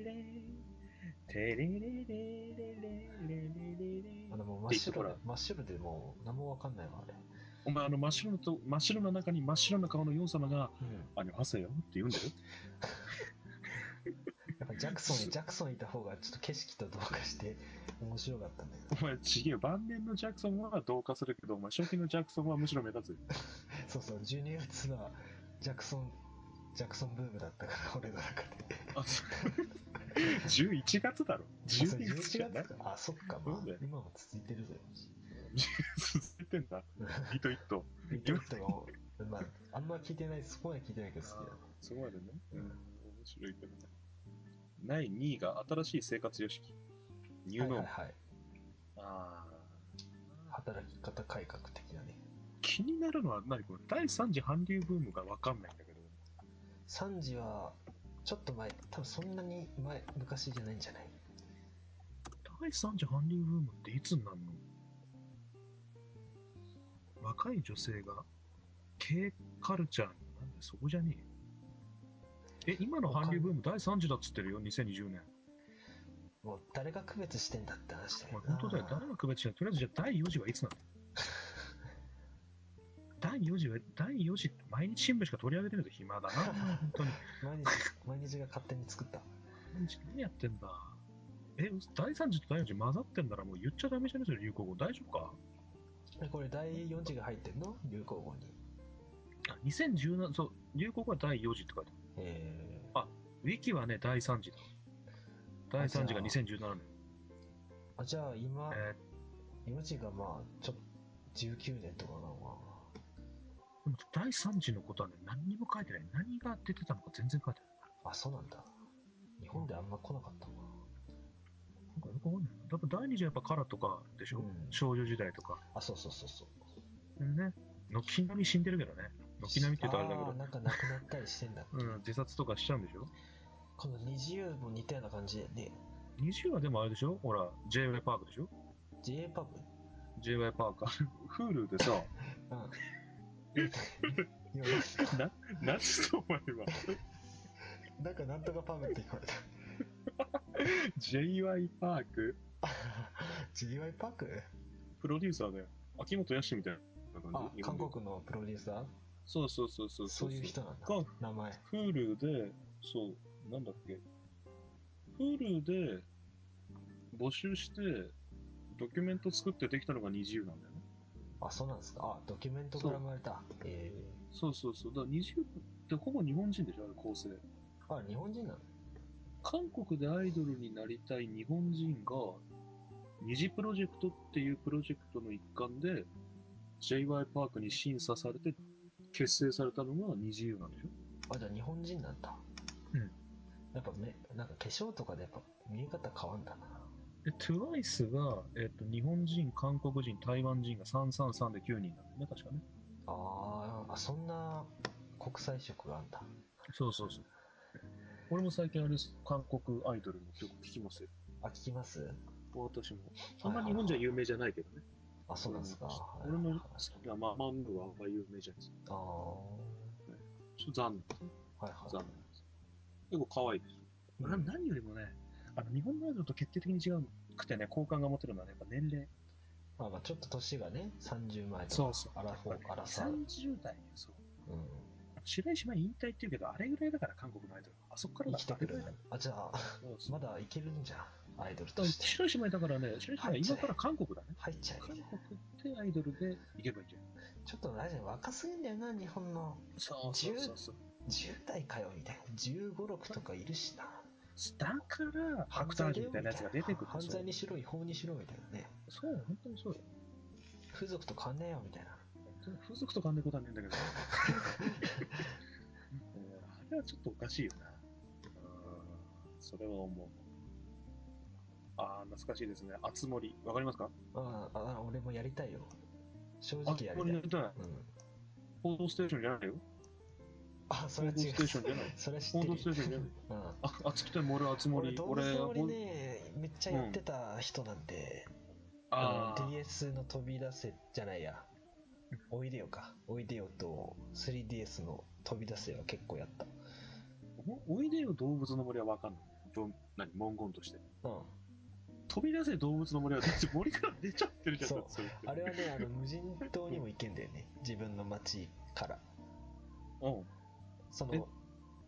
れれれれれ
あ
れ
のもう真っ白
って
で
言って
真っ白でもう何もわかんないわあれ
お前、あの、真っ白のと、真っ白の中に真っ白な顔のヨン様が、
うん
あの、ハセよって言うんだよ。
やっぱジャクソンジャクソンいた方がちょっと景色と同化して面白かったんだよね
お前、ちげえよ。晩年のジャクソンは同化するけど、お前、初期のジャクソンはむしろ目立つよ。
そうそう12月はジャクソンジャクソンブームだったから俺の中で
あ、そう11月だろ。12月じゃない
あ11月かあそっかま
そ
あ
うだよ
今も続いてるぜ
続いてんだ。一頭一頭。
見てる人もまああんま聞いてないそこまで聞いてないけど好きだ
そこまでね。
うん
面白いけどね。ない2位が新しい生活様式。ニューノーマル。
はいはいはい
あー
働き方改革的なね
気になるのは何これ第3次韓流ブームが分かんないんだけど。
3時はちょっと前多分そんなに前昔じゃないんじゃない
第3次韓流ブームっていつになるの若い女性が K カルチャーになんでそこじゃねえよえ今の韓流ブーム第3次だっつってるよ2020年
もう誰が区別してんだって話だ
お前
よな
本当だよ誰が区別しないとりあえずじゃあ第4次はいつなの第4次は第4次って毎日新聞しか取り上げてると暇だな本当に
毎日毎日が勝手に作った
毎日何やってんだえ第3次と第4次混ざってんならもう言っちゃダメじゃねえそれ流行語大丈夫か
えこれ第4次が入ってんの流行語に
あ2017そう流行語は第4次って書いてある
え
ウィキはね、第3次だ。第3次が2017年。
ー、あじゃあ今
え
4次がまあちょっと19年とかなのか
ーでも第3次のことはね、何にも書いてない。何が出てたのか全然書いてない。
なあそうなんだ日本であんま来なかったのか
なんかよくわかんない。だから第2次はやっぱカラとかでしょ、
うん
少女時代とか。
なあそうそうそうそう
ね。軒並み死んでるけどね。軒並みって言うとあれだ
ーなんかなくなったりして んだ
けど。うん、自殺とかしちゃうんでしょ
この二次優も似たような感じでね
?20 はでもあれでしょほら、J-Way パークでしょ
j p u b
?J-Way パーク。Hulu でさ、
うん今なんか
な、なんつったお前は。
なんか なんとかパブって言われた
JY パーク、
GY パー ク
プロデューサーだよ。秋元康みたいな感
あ
じ。日本
韓
で
国のプロデューサー
そうそうそうそう
そういう人なんだ
が、
名前
Hulu で、そう、なんだっけ。Hulu で募集して、ドキュメント作ってできたのが NiziU なんだよね。
あそうなんですかあドキュメントから生まれたえ
そうそうそう。だから NiziU ってほぼ日本人でしょ、あれ構成。
ー、あ日本人なの
韓国でアイドルになりたい日本人が、二次プロジェクトっていうプロジェクトの一環で、j y パークに審査されて結成されたのが NiziU なんでしょ
あじゃあ日本人なんだ
うん
やっぱ目なんか化粧とかでやっぱ見え方変わんだな
で、TWICE が、えっと、日本人、韓国人、台湾人が333で9人なんだよね、確かね。
あーあそんな国際色があんだ
そうそうそう。俺も最近あれです、韓国アイドルの曲聴きますよ。
あ聞きます
私も。あんま日本じゃ有名じゃないけどね。
あそうなんですか
俺も好きな、まあ、マンブはあんま有名じゃないです。ち
ああ
ょっと残念。
ーはいは
残
い
念です。結構可愛いです。な何よりもね、あの日本のアイドルと決定的に違うくてね、好感が持てるのはね、やっぱ年齢。
まあまあちょっと年がね30前とか
そうそう
アラフォーアラサー、うん、
30代ね、そう。白石麻衣引退っていうけど、あれぐらいだから韓国のアイドル。あそこから
生
だ
きてくる
あれぐらいだ
あじゃあ
そうそう
まだいけるんじゃんアイドル
だ
と
から
して
白石麻衣だからね、白石麻衣今から韓国だね。
入っちゃ
韓
う
国ってアイドルで行けばいいじゃん。
ちょっとラジオ若すぎんだよな日本の
そうそうそうそう。
10代かよみたいな1 5 6とかいるしな
だから、ハクタージュみたいなやつが出てくる
犯罪
に
にしろ違法にしろみたいなね
そう、本当にそうよ。
風俗と変わんねえよみたいな
風俗とかんでこと はねえんだけど。うんあれはちょっとおかしいよな。それは思う。ああ、懐かしいですね。あつ森。わかりますか
あああ俺もやりたいよ正
あ
直
つ
やりた
森
い、
や
うん
り、たい。報道ステーションじゃないよ。
あそ
報
れは
道
違
ステーション
う
じゃない。
それは知
報
って
道
る
ステーションじゃない。
うん
あ、あつきと森、あつ森。俺、
俺動物
ほ
森
ん
ねめっちゃやってた人なんで、
あ
あの
ー
DS の飛び出せじゃないやおいでよかおいでよと 3DS の飛び出せは結構やった
おおいでよ動物の森はわかんない。どん何文言として。
うん
飛び出せ動物の森は、だ って森から出ちゃってるじゃん。
そう
れって
あれはねあの無人島にも行けんだ よね自分の町から
うん。
その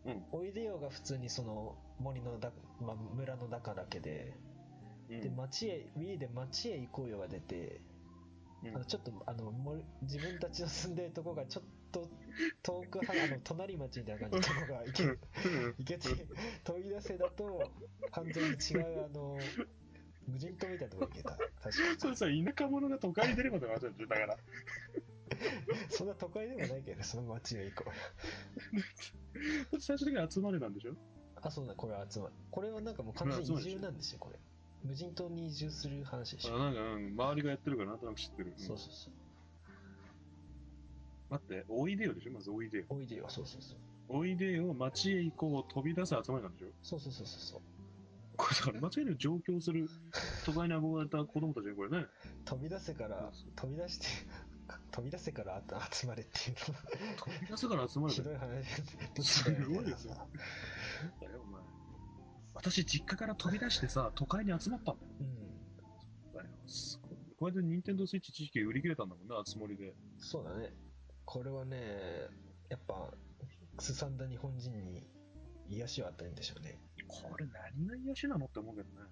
えうん
おいでよが普通にその森のだ、まあ、村の中だけで、
うん
で町へ Wii で町へ行こうよが出て
うん
あのちょっとあの森自分たちの住んでるとこがちょっと遠くはあの隣町みたいな感じのとこが行け
うん
行けて飛び出せだと完全に違うあの無人島みたいなとこ行けた確
そ
か
れさ、田舎者が都会に出ることがあるんだから。
にそんな都会でもないけどねその町へ行こうよ
最終的に集まれなんで しょ
あそうだこれは集まるこれはなんかもう完全に移住なんですよこれ無人島に移住する話でしょ
なんか、うん、周りがやってるからなんとなく知ってる。
そうそうそう
待って、おいでよでしょまずおいでよ。
おいでよそうそうそう
おいでよ、町へ行こう、飛び出せ集まれなんでしょ
そうそうそうそうそう
これだから、間違いなく上京する、都会に憧れた子供たちね、これね。
飛び出せから飛び出して飛び出せからあ集まれっていうの
飛び出せから集まれ
ひ
だ
ど
よ。
い話
すごいです
す
よだよお前私、実家から飛び出してさ、都会に集まったんだよ。
うん
だよすごいこれで任天堂スイッチ知識売り切れたんだもんな、つもりで。
そうだねこれはねやっぱすさんだ日本人に癒しを与えるんでしょうね
これ何が癒しなのって思うけどね。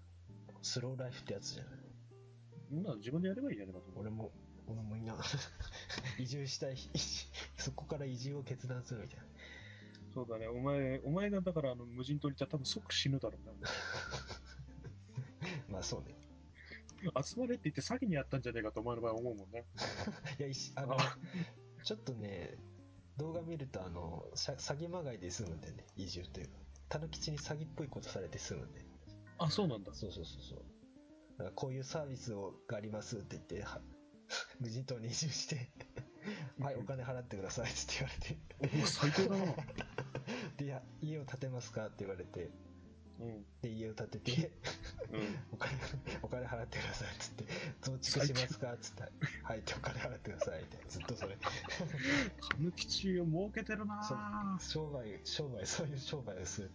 スローライフってやつじゃない
そんなの自分でやればいいじゃねえかと思う。
俺も俺もいな 移住したい移住そこから移住を決断するみたいな
そうだね、お前、お前がだからあの無人島に行ったら多分即死ぬだろうな。
まあそうね
集まれって言って詐欺にやったんじゃねえかとお前の場合思うもんね。
いやいしあの
あ
ちょっとね動画見るとあのしゃ詐欺まがいで済むんでね移住というかたぬきちに詐欺っぽいことされて済むんで
あ、そうなんだ。
そうそうそうそうだからこういうサービスをがありますって言っては 無人島に移住して「はいお金払ってください」って言われて
お最高だな。
でいや「家を建てますか?」って言われて
うん。
で家を建て て
うん。
お金お金払ってくださいっつって増築しますかっつってはいってお金払ってくださいってずっとそれ
たぬきちを儲けてるな
そう
ぁ。
商売商売そういう商売をする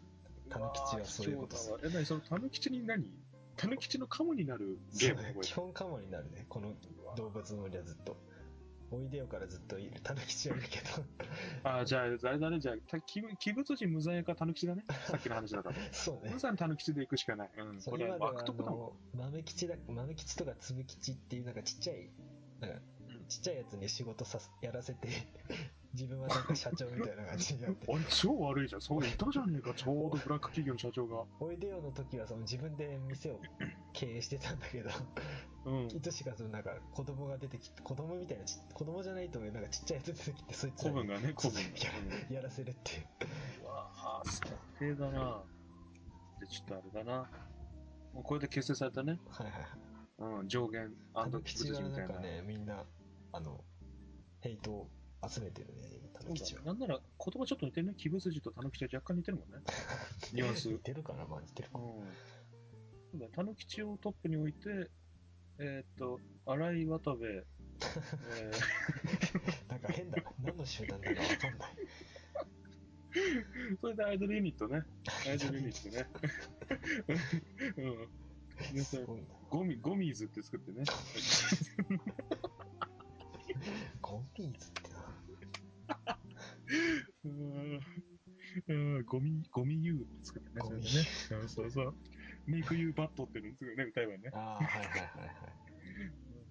たぬきちはそういうことす
る。え、なにそのたぬきちに何たぬきちのカモになるゲームの
そう基
覚
本カモになるねこの
えてるうわ
動物の森はずっとおいでよからずっといるたぬきちはいるけど
あー、じゃあ、あれだね、じゃあ、た鬼鬼物人無罪かたぬきちだ ね。さっきの話だから。
そうね
無罪のたぬきちで行くしかない。うん。
そ
こ
う今
れ
で
は
は
悪
あ
徳だも
の豆吉だ豆吉とか粒吉っていうなんかちっちゃいなんか
うん
ちっちゃいやつに仕事させやらせて 自分はなんか社長みたいな感じになっ
ん
て。
あれ、超悪いじゃん。そういたじゃねえか、ちょうどブラック企業の社長が。
おいでよの時はその自分で店を経営してたんだけど
うん。
いつしかそのなんか子供が出てきて子供みたいなち子供じゃないと思うなんかちっちゃいやつ出てきてそいつ
古
ら
文
に
がね、古文が。
やらせるっていう
うんうわあ、最低だな。で、ちょっとあれだな。もうこれで結成されたね。
はいはいはい
うん、上限、ア
あ
ンド
の
鬼
吉
物人み
はな
た
ん
い
か
な。
ねみんなあのヘイトを集めてるね今たぬ吉は
なんなら言葉ちょっと似てるね。鬼物人とたぬきちは若干似てるもんね。ニュアンス
似てるかなまあ似てるか
うん。そうだ、たぬきちをトップに置いて、えーっと、荒井渡部、え
なんか変だな。何の集団だかわかんない。
ー それでアイドルユニットね。アイドルユニットね。 うん。でそ
す
れ
ごいな。
ゴミ、ゴミーズって作ってね。
ゴンピーズってな。
うーんうーんゴミ、ゴミ U を作ってね。
ゴミ
それでね。うんそうそう。メイク U バットっていうの作るね、歌えばね。
ああ、はいはいは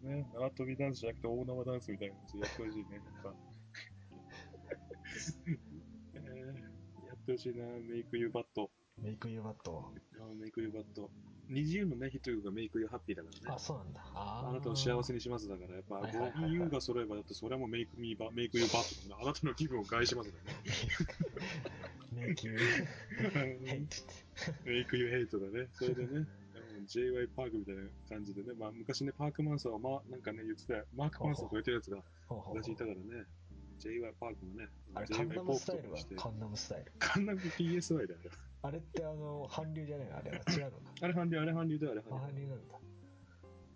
いはい。
ね、縄跳びダンスじゃなくて大縄ダンスみたいなやつやってほしいね、なんか。 えーやってほしいな、メイクユーバット。
メイクユーバット。
あーメイクユーバット。二次のね、ヒット曲がメイクユーハッピーだから
あ、
ね。
そうなんだ。あ
あ
ー
なたを幸せにしますだから、やっぱ
はいはいはい、
ゴミユーが揃えば、だってそれはもうメイクミーバメイクユーバットだね。あなたの気分を害しますだ
メイクユ
ね。
ー。ヘイトって。
メイクユーヘイトだね。それでね、JY パークみたいな感じでね、まあ昔ね、パークマンサーを、ま、なんかね、言ってたよマークマンサーと言ってるやつが、
ほうほう
私いたからね、JY パークもね、
あれ、カン
JY
ナ
ポ
ム
ー
スタイ
クと
ル
か
は
して、
カンナムスタイル。
カンナム PSY だよ。
あれってあの、韓流じゃないのあれは違うのか。
あれ韓流、あれ韓流だよ、あれ
あ
韓
韓
流。
流なんだ。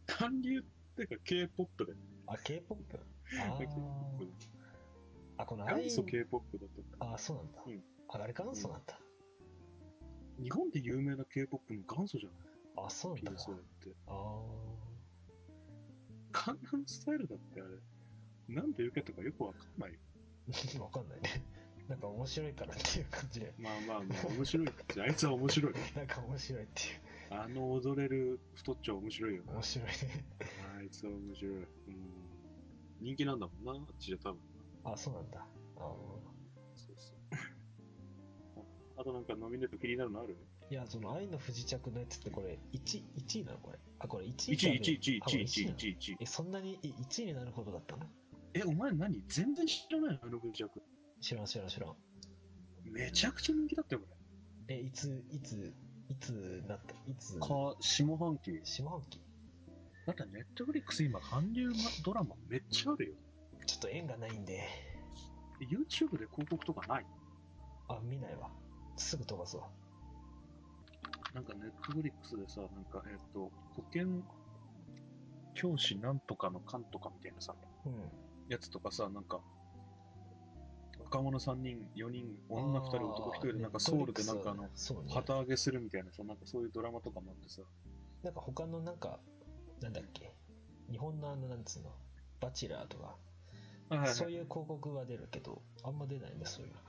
韓流ってか K-POP だよ。
あ、K-POP? あー
K-POP
あ、このア
元
イ
祖 K-Pop だと。
あー、そうなんだ
うん。
ああれ元祖なんだ。
日本で有名な K-POP の元祖じゃない
あ、そうなんだ。
?PSY って。
あー。
カンナムスタイルだってあれ、なんで受けたかよくわかんないよ。
わかんないね。なんか面白いからっていう感じで。
まあまあま あ、面白いって。あいつは面白い。
なんか面白いってい
あの踊れる太っちょ面白いよ
う。
な。
面白いね。
あいつは面白い。うん。人気なんだもん な、あっちじゃ多分。
あ、そうなんだ。あの
そうそう。 ああとなんかノミネート気になるのある
いや、その愛の不時着のやつってこれ、1、1位なのこれ。あ、これ1位
1
だ
位、
ね。
1位、1位、
あこれ
1位、1位、
位。
1位、
え、そんなに1位になるほどだったの
え、お前何全然知らないのあの不時着。
知らん知らん知らん。
めちゃくちゃ人気だったよ、こ
え、いつ、いつ、いつなったいつ、
れ。か、下半期。
下半期
だってネットフリックス今、韓流ドラマめっちゃあるよ。
ちょっと縁がないんで、
YouTube で広告とかない
あ、見ないわ。すぐ飛ばすわ。
なんかネットフリックスでさ、なんか、えっ、と、保険教師なんとかのかんとかみたいなさ、
うん。
やつとかさ、なんか、若者3人、4人、女2人、男1人で、なんかソウルでなんかあの、
そうね、
旗揚げするみたいなさ、なんかそういうドラマとかもあってさ、
なんか他のなんか、なんだっけ、日本のあの、なんつうの、バチェラーとか、そういう広告は出るけど、あんま出ないね、そういうの。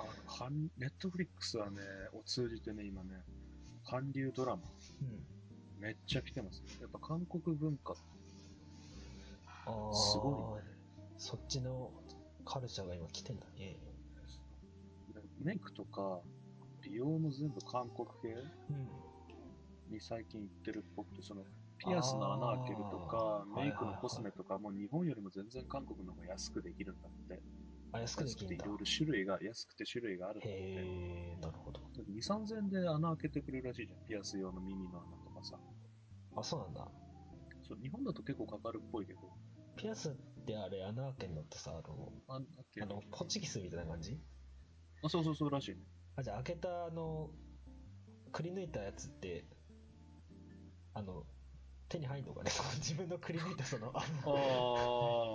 あの韓ネットフリックスはね、を通じてね、今ね、韓流ドラマ、
うん。
めっちゃ来てます。やっぱ韓国文化、
あー
すごい
そっちのカルチャーが今来てんだね。
メイクとか、美容も全部韓国系
うん。
に最近行ってるっぽくて、その、ピアスの穴開けるとか
あ、ー
メイクのコスメとか、もう日本よりも全然韓国の方が安くできるんだって。
あ、安くで
安
き
くて
る
い
んだ。
ろいろ種類が、安くて種類があるんだって。
へー、なるほど。
2、3000円で穴開けてくれるらしいじゃん。ピアス用の耳の穴とかさ。
あ、そうなんだ。
そう、日本だと結構かかるっぽいけど。
ピアスってあれ、穴開けんのってさ、あの、
あ、だっけ
あのポチキスみたいな感じ
あ、そうそうそうらしいね。
あ、じゃあ開けたあの、くり抜いたやつってあの手に入るのかね 自分のくり抜いたその
あ
あ
あ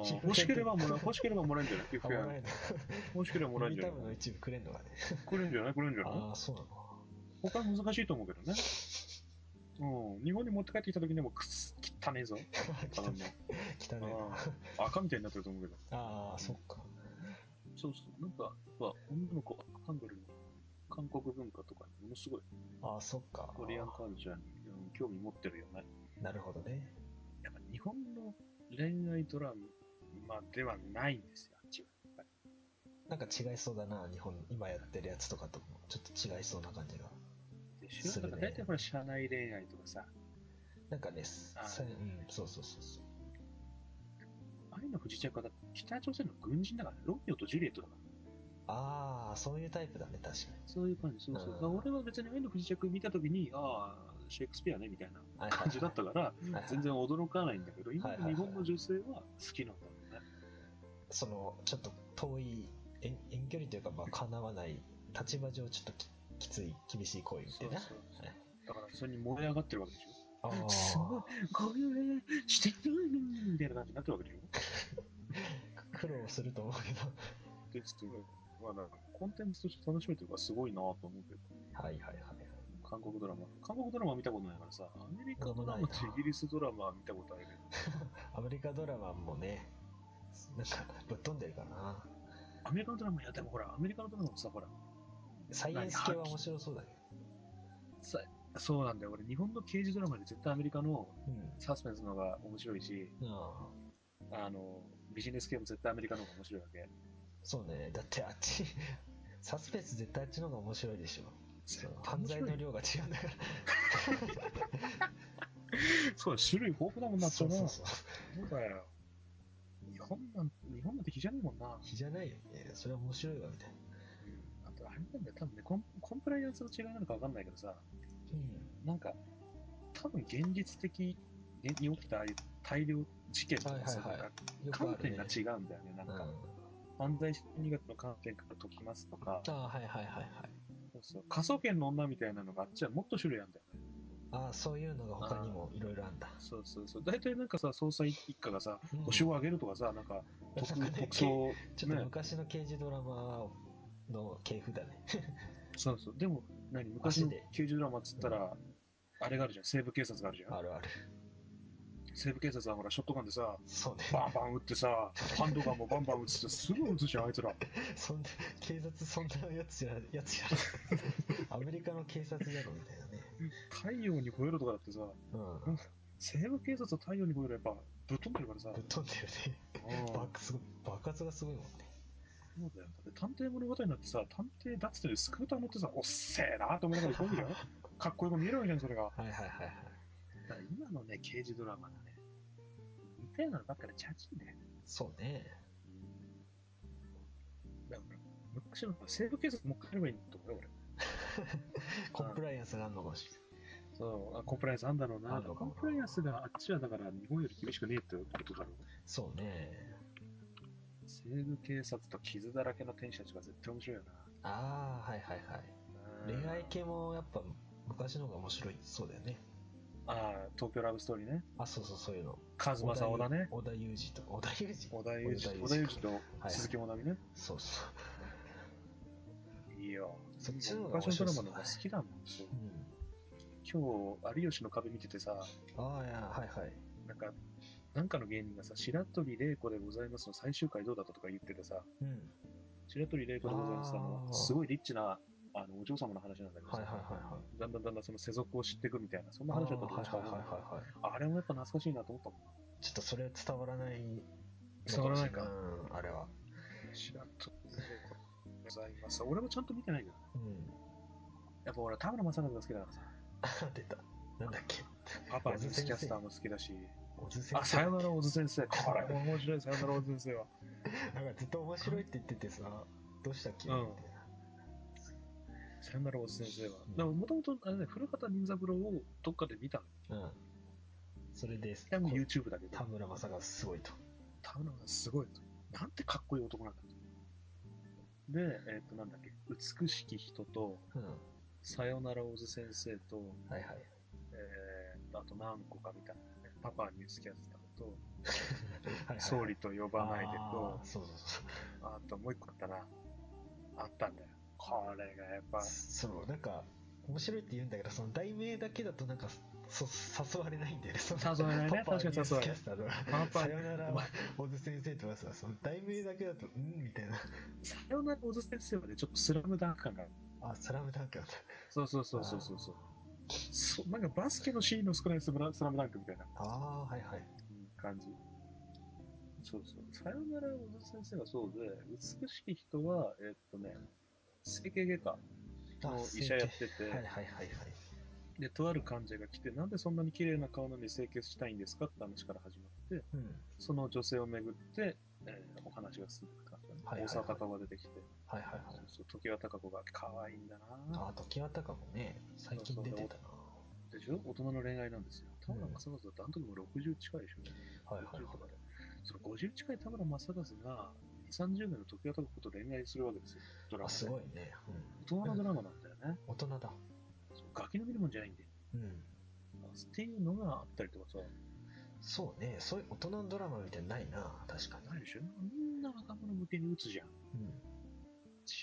皮膚片
欲しければもらえ、欲しければもらえ るんじゃない皮膚
のあもら
片
える
欲しければもら
の
えるん
耳
じゃ
た
な
ぶの一部くれんのかね
い来るんじゃない来るんじゃない
ああそうなの
他は難しいと思うけどね。うん、日本に持って帰ってきた時にも、くっす、汚ねえぞ。
汚
頼む
汚ね
あ赤みたいになってると思うけど。
えなああそっか
そうそう、なんか、は女の子はハングルの韓国文化とかにものすごい
ああそっか
コリアンカルチャーにうん興味持ってるよね。
なるほどね
やっぱ日本の恋愛ドラマではないんですよ、あっちは。
なんか違いそうだな日本今やってるやつとかともちょっと違いそうな感じが
でし
そ
ょ
う
だ
ね
から大体ほら、社内恋愛とかさ、
なんかねす
あー
さうんそうそうそうそう
愛の不時着はだって北朝鮮の軍人だからね、ロミオとジュリエットだから。
ああそういうタイプだね確かに
そういう感じ、そうそう。
あ
だ
ー
から俺は別に愛の不時着見たときに、ああ、シェイクスピアね、みたいな
はいはいはい
感じだったから、
はいはい
全然驚かないんだけど、今
はい
の
はい
日本の女性は好きなんだろうね。
そのちょっと遠い遠遠距離というかまあかなわない立場上ちょっとききつい厳しい行為みたいな
そうそうそうだからそれに燃え上がってるわけでしょ
あー
すごいこういう恋愛してないのみたいな感じになってるわけでしょ
苦労すると思うけど
ですけどまあなんかコンテンツとして楽しめてるからすごいなと思うけど
はいはいはいはい
韓国ドラマ韓国ドラマ見たことないからさアメリカドラマとイギリスドラマは見たことあるけど
アメリカドラマもねなんかぶっ飛んでるかな
アメリカのドラマいやでもほらアメリカのドラマもさほら
サイエンス系は面白そうだけ
さそうなんだよ俺日本の刑事ドラマより絶対アメリカの
どうん
サスペンスの方が面白いし
ああ
あのビジネス系も絶対アメリカの方が面白いわけ
そうねだってあっちサスペンス絶対あっちの方が面白いでしょその
絶対
犯
面
罪
白い
の量が違うんだから
そうだ種類豊富だもんなっち
そ
ゃ
う
な
そう
そ
そう
うだよ日本なん日本なんて比じゃねえもんな
比じゃないよねそれは面白いわみたいな
あとあれなんだよ多分ねコンコンプライアンスの違いなのか分かんないけどさ
うん
なんか多分現実的に起きたああいう大量事件とかさ、
はいはいは
なんか
いよくあ
観
る
点
ね
が違うんだよねなん
う
か、
ん
犯罪心理学の観点から解きますとか
ああはいはいはいはい
そうそう科捜研の女みたいなのがあっちはもっと種類あるんだよね
ああそういうのが他にもいろいろあんだ
そうそうそう大体なんかさ捜査一課がさ
うん
星を上げるとかさなんか
なんか
特
ね
特捜
ちょっと昔の刑事ドラマの系譜だね
そうそうでも何昔の
マジで
刑事ドラマっつったら、あれがあるじゃん西部警察があるじゃん
あるある
西部警察はほらショットガンでさ
そうね
バンバン撃ってさ、ハンドガンもバンバン撃つって、すぐ撃つじゃん、あいつら。
そんな警察そんなやつや やつやアメリカの警察やろみたいなね
太陽に吠えろとかだってさ、
うん
西部警察と太陽に吠えろやっぱ、ぶっ飛んでるからさ。
ぶっ飛んでるね
うん
爆すごい爆発がすごいもんね
そうだよ。だって探偵物語になってさ、探偵だっつってスクーター乗ってさ、おっせえなと思いながら行 くんだよ。かっこよく見えるわけじゃん、それが。
はいはいはいはい
だから今のね、刑事ドラマのね、似たようなのばっかりチャチいね。
そうね
だから、昔の西部警察もう一回やればいいと思うよ、俺。
コンプライアンスがあるのかもしれない
そう、あコンプライアンスあんだろうな。
あんのか
コ
な
ンプライアンスがあっちはだから日本より厳しくねえってことだろう。
そうね
西部警察と傷だらけの天使たちが絶対面白いよな。
ああはいはいはい恋愛系もやっぱ昔の方が面白いそうだよね
ああ、東京ラブストーリーね。
あそうそうそういうの
カズマさん、小田ね。
織田裕二と織田裕二
小田裕二小田
小田
裕
裕
二
二
と
はい
鈴木もなみね。
そうそう
いいよ。
そっちの方が面
昔のド
白
ラ
そ
マの
う
方が好きだもん。そう
うん
今日、有吉の壁見ててさ、
ああいやはいはい
なんか、なんかの芸人がさ、白鳥玲子でございますの最終回どうだったとか言っててさ、
うん
白鳥玲子でございますあの
あー
すごいリッチなあのお嬢様の話なんだけどさ、
はいはいはいはい
だんだんだんだんその世俗を知っていくみたいな、そん
あ
な
あは
話だ
い
った
は
と
い
思うんですけど、
はいはいはい
あれもやっぱ懐かしいなと思ったもん。
ちょっとそれ伝わらないの
伝わらないか
うんあれは
白鳥玲子でございます。俺もちゃんと見てないけど、
うん
やっぱ俺、田村正和が好きだからさ、
出たなんだっけ
パパニュースキャスターも好きだし、
小津先生
あ、さよなら小津先生、これも面白い、さよなら小津先生は。
なんかずっと面白いって言っててさ、どうしたっけ、
うん
みたいな
さよなら小津先生は。でももともと、あれね、古畑任三郎をどっかで見たの。
うん。それで、
でも
こう
YouTube だけど、
田村正がすごいと。
田村がすごいと。なんてかっこいい男なんだと。で、えっ、と、なんだっけ、美しき人と、
うん。
さよなら小津先生と、
はいはい。
えーあと何個かみたいなね。パパニュースキャスターと、
はいはい
総理と呼ばないでと
あー、そうそうそう。
あともう一個あったな。あったんだよ。これがやっぱ、
そう、なんか、面白いって言うんだけど、その題名だけだとなんか、そ誘われないんだよね。その
誘われないね
パパ
確かに誘われない
ニュースキャスターとか
パパ
さよなら
お前、
小津先生とかさ、その題名だけだと、うんみたいな。
さよなら小津先生はね、ちょっとスラムダンク感がある。
あ、スラムダンクだった。
そうそうそうそうそうそう。そなんかバスケのシーンの少ないスラスラムダンクみたいな
ああー、はいはい。
感じ。そうそう。さよなら小津先生がそうで、美しき人は、えっとね、整形外科
あ
の医者やってて、
はいはいはいはい。
で、とある患者が来て、なんでそんなに綺麗な顔なのに整形したいんですかって話から始まって、
うん。
その女性をめぐって、えーお話が進んでいく感じだね。
はいはいはい
大沢たかおが出てきて、
はいはいはい
そう。そう、常盤貴子が可愛いんだな
あ、時はたかもね、最近出てたな。
でしょ大人の恋愛なんですよ。田村正和だってあの時も60近いでしょ、
はいはいはい。
50とかでその50近い田村正和が、2、30年の時盤貴子と恋愛するわけですよ。ドラマ
あ、
で。
すごいね。うん
大人のドラマなんだよね。
大人だ。
そうガキの見るもんじゃないんで。
うん。
っていうのがあったりとかさ、
そうね、そういう大人のドラマみたいなのないな、確かに。
ないでしょみんな若者向けに打つじゃん。
うん。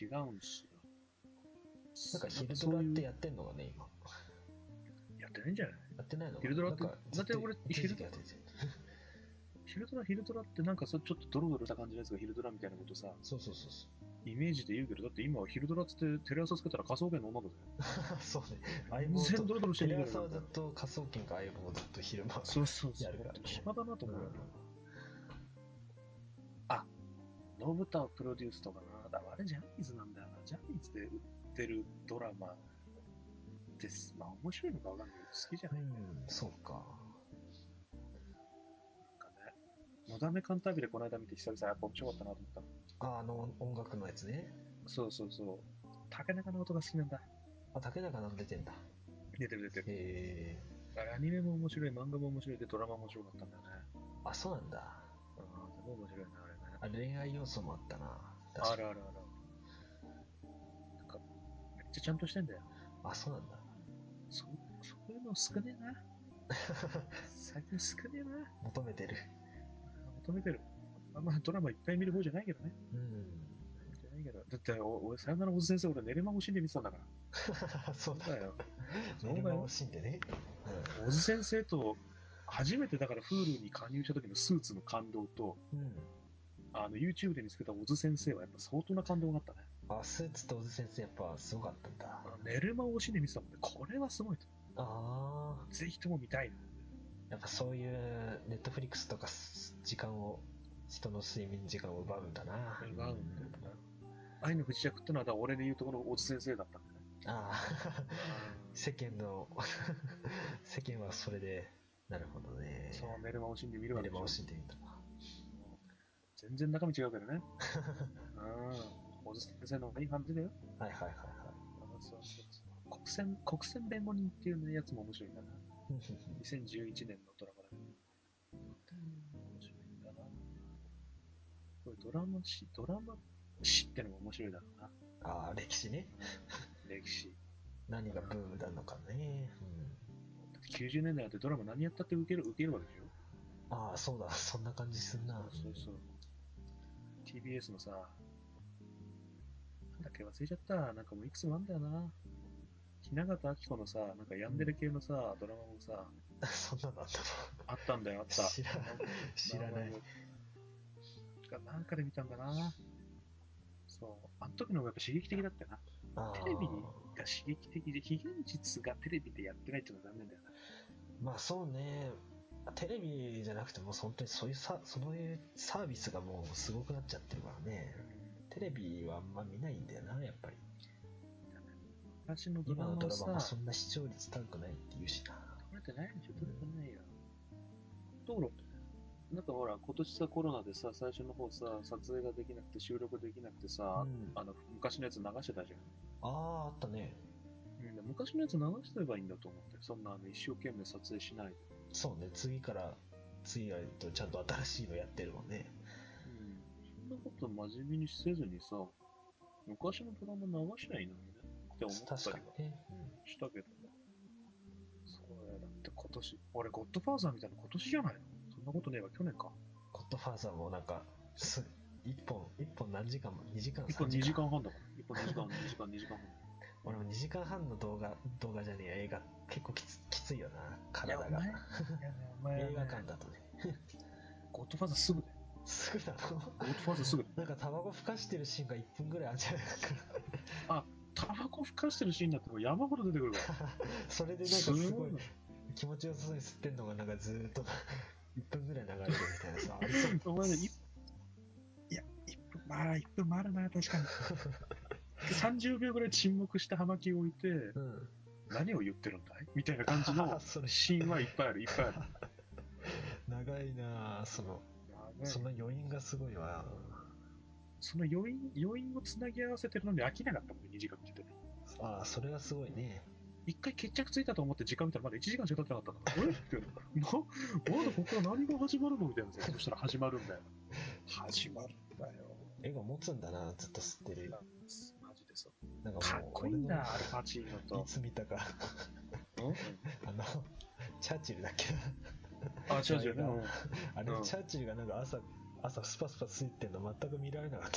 違うんですよ。
なんか昼
そ
ドラ
う
っ
いう
てやってんのがね、今。
やってないんじゃない
やってないのか
昼ドラって
なんかずと
だって俺
一時期やってて
昼ドラ、昼ドラってなんかそちょっとドロドロした感じのやつが昼ドラみたいなことさ、
そうそうそうそ
イメージで言うけど、だって今は昼ドラっつってテレ朝つけたら仮想研の女の子だよ。
う。そう ね。相
全然
棒
ド
と。
ロドロして
テ
る
レ
け
朝はずっ
ど。
と仮想研か相棒ずっと昼間。
そうそうそ
や
う
るから。
暇だなと
うん
思うよ。信太をプロデュースとかな。だからあれジャニーズなんだよな。ジャニーズで売ってるドラマです。まあ面白いのかわかんないけど、好きじゃない
うん、そうか。
かね。のだめカンタービレこの間見て久々やっぱ面白かったなと思った。
あ、あの音楽のやつね。
そうそうそう。竹中の音が好きなんだ。
あ、竹中なん出てんだ。
出てる出てる。
へえ。
あれアニメも面白い、漫画も面白いで、ドラマも面白かったんだよね。
あ、そうなんだ。
うん、すごい面白いな、あれね。
あ恋愛要素もあったな。
あ
かに
るあるある。なんか、めっちゃちゃんとしてんだよ。
あ、そうなんだ。
そそういうの少ね えな。最近少ねえな。
求めてる。
求めてる。あんまドラマいっぱい見る方じゃないけどね。
うん。
じゃないけど。だって、お俺、さよならおじ先生、俺、寝れま欲しいで見てたんだから。
そうだ。
そうだよ。
寝る間惜しんでね。
おじ先生と、初めてだから、フールに加入した時のスーツの感動と、
うん。うん。
あの、YouTube で見つけたおず先生は、やっぱ相当な感動があったね。
あ、スーツと小津先生やっぱすごかったんだ。
あの寝る間を惜しんで見てたもんね。これはすごいと。
ああ。
ぜひとも見たいな。
やっぱそういう、ネットフリックスとかす時間を、人の睡眠時間を奪うんだな。
奪うんだよな。愛の不時着ってのは、だから俺で言うところの大津先生だったんだね。
ああ。 世間の、 世間はそれで、なるほどね。
そう、寝る間惜しんで見るわ
寝
け
れ
でしょ
ば惜。しんでみたな。
全然中身違うけどね。うん。大津先生の方がいい感じだよ。
はいはいはいはい。
あそうそうそう国選、国選弁護人っていうやつも面白いんだな。
うんうん
2011年のドラマだけど。面白いんだな。これドラマ史、ドラマ史ってのも面白いだろうな。
うん ああ、歴史ね。
歴史。
何がブームなのかね。うん
だって90年代だってドラマ何やったって受ける、受けるわけでしょ
ああ、そうだ、そんな感じすんな。
そうそう。TBS のさ、なんだっけ忘れちゃった。なんかもういくつもあんだよな。雛形あき子のさ、なんかヤンデレ系のさ、ドラマもさ、
そんなのあった
あったんだよ、あっ
の
た。
知らない。知らない。。
なんかで見たんだな。そう。あの時の方がやっぱ刺激的だったよな。
あー
テレビが刺激的で、非現実がテレビでやってないっていうのは残念だよな。
まあそうね。テレビじゃなくても、本当にそういうさ、そういうサービスがもうすごくなっちゃってるからね。テレビはあんま見ないんだよな、やっぱり。
昔のドラマ
今のド
は
ラ
さ、
マもそんな視聴率高くないって言うしな。
取れてないでしょ、取れてないよ。道路、なんかほら、今年さ、コロナでさ、最初の方さ、撮影ができなくて、収録できなくてさ、
うん
あの昔のやつ流してたじゃん。
ああ、あったね。
うん、昔のやつ流してればいいんだと思って、そんなあの一生懸命撮影しないで。
そうね、次から、次やるとちゃんと新しいのやってるもんね。
うん、そんなこと真面目にせずにさ、昔のドラマ流しゃいいのにね。って思ったり
確か
は
にね、うん
したけどね。そうだよだって今年、あれ、ゴッドファーザーみたいな今年じゃないのそんなことねえわ、去年か。
ゴッドファーザーもなんか、す一本、一本何時間も、2時間、
1本
3
2時間半だから。1本2時間、2時間、2時間半。
俺も2時間半の動画、動画じゃねえや、映画、結構きつきついよな、体
いや
が。
お前、いや
映
お前は
画館
ね、
だとね。
ゴッドファーザーすぐだよ。
すぐだろ
ゴッドファーザーすぐだよ。
なんかタバコふかしてるシーンが1分ぐらいあるんじゃないか
タバコ吹かしてるシーンだってもう山ほど出てくるから。
それでなんかす
す
ご
ごい
い
の。
気持ちよさそうに吸ってんのがなんかずーっと1分ぐらい流れてるみたいなさありそう
お前ね、いいや、1分、まあ、1分もあるな、確かに。30秒ぐ らい沈黙して葉巻を置いて、
うん
何を言ってるんだいみたいな感じの
それ
シーンはいっぱいある、い っぱいある。
長いなあそのその余韻がすごいわ
その余韻余韻をつなぎ合わせてるのに飽きなかったもんね、2時間見てて。
ああそれはすごいね
一回決着ついたと思って時間見たらまだ1時間しか経ってなかったから、えってもう、まだここから何が始まるのみたいなさ、そしたら始まるんだよ。始まるんだよ。
絵が持つんだなずっと吸ってる
マジでさ。
なんか
かっこいいんだ、アル
俺
パチーノ
のい
と。
つ見たか あのチャーチルだっけ
あ、違う違うね。
うん
うん
あれ、
うん
チャーチルがなんか朝朝スパスパついてんの全く見られなかっ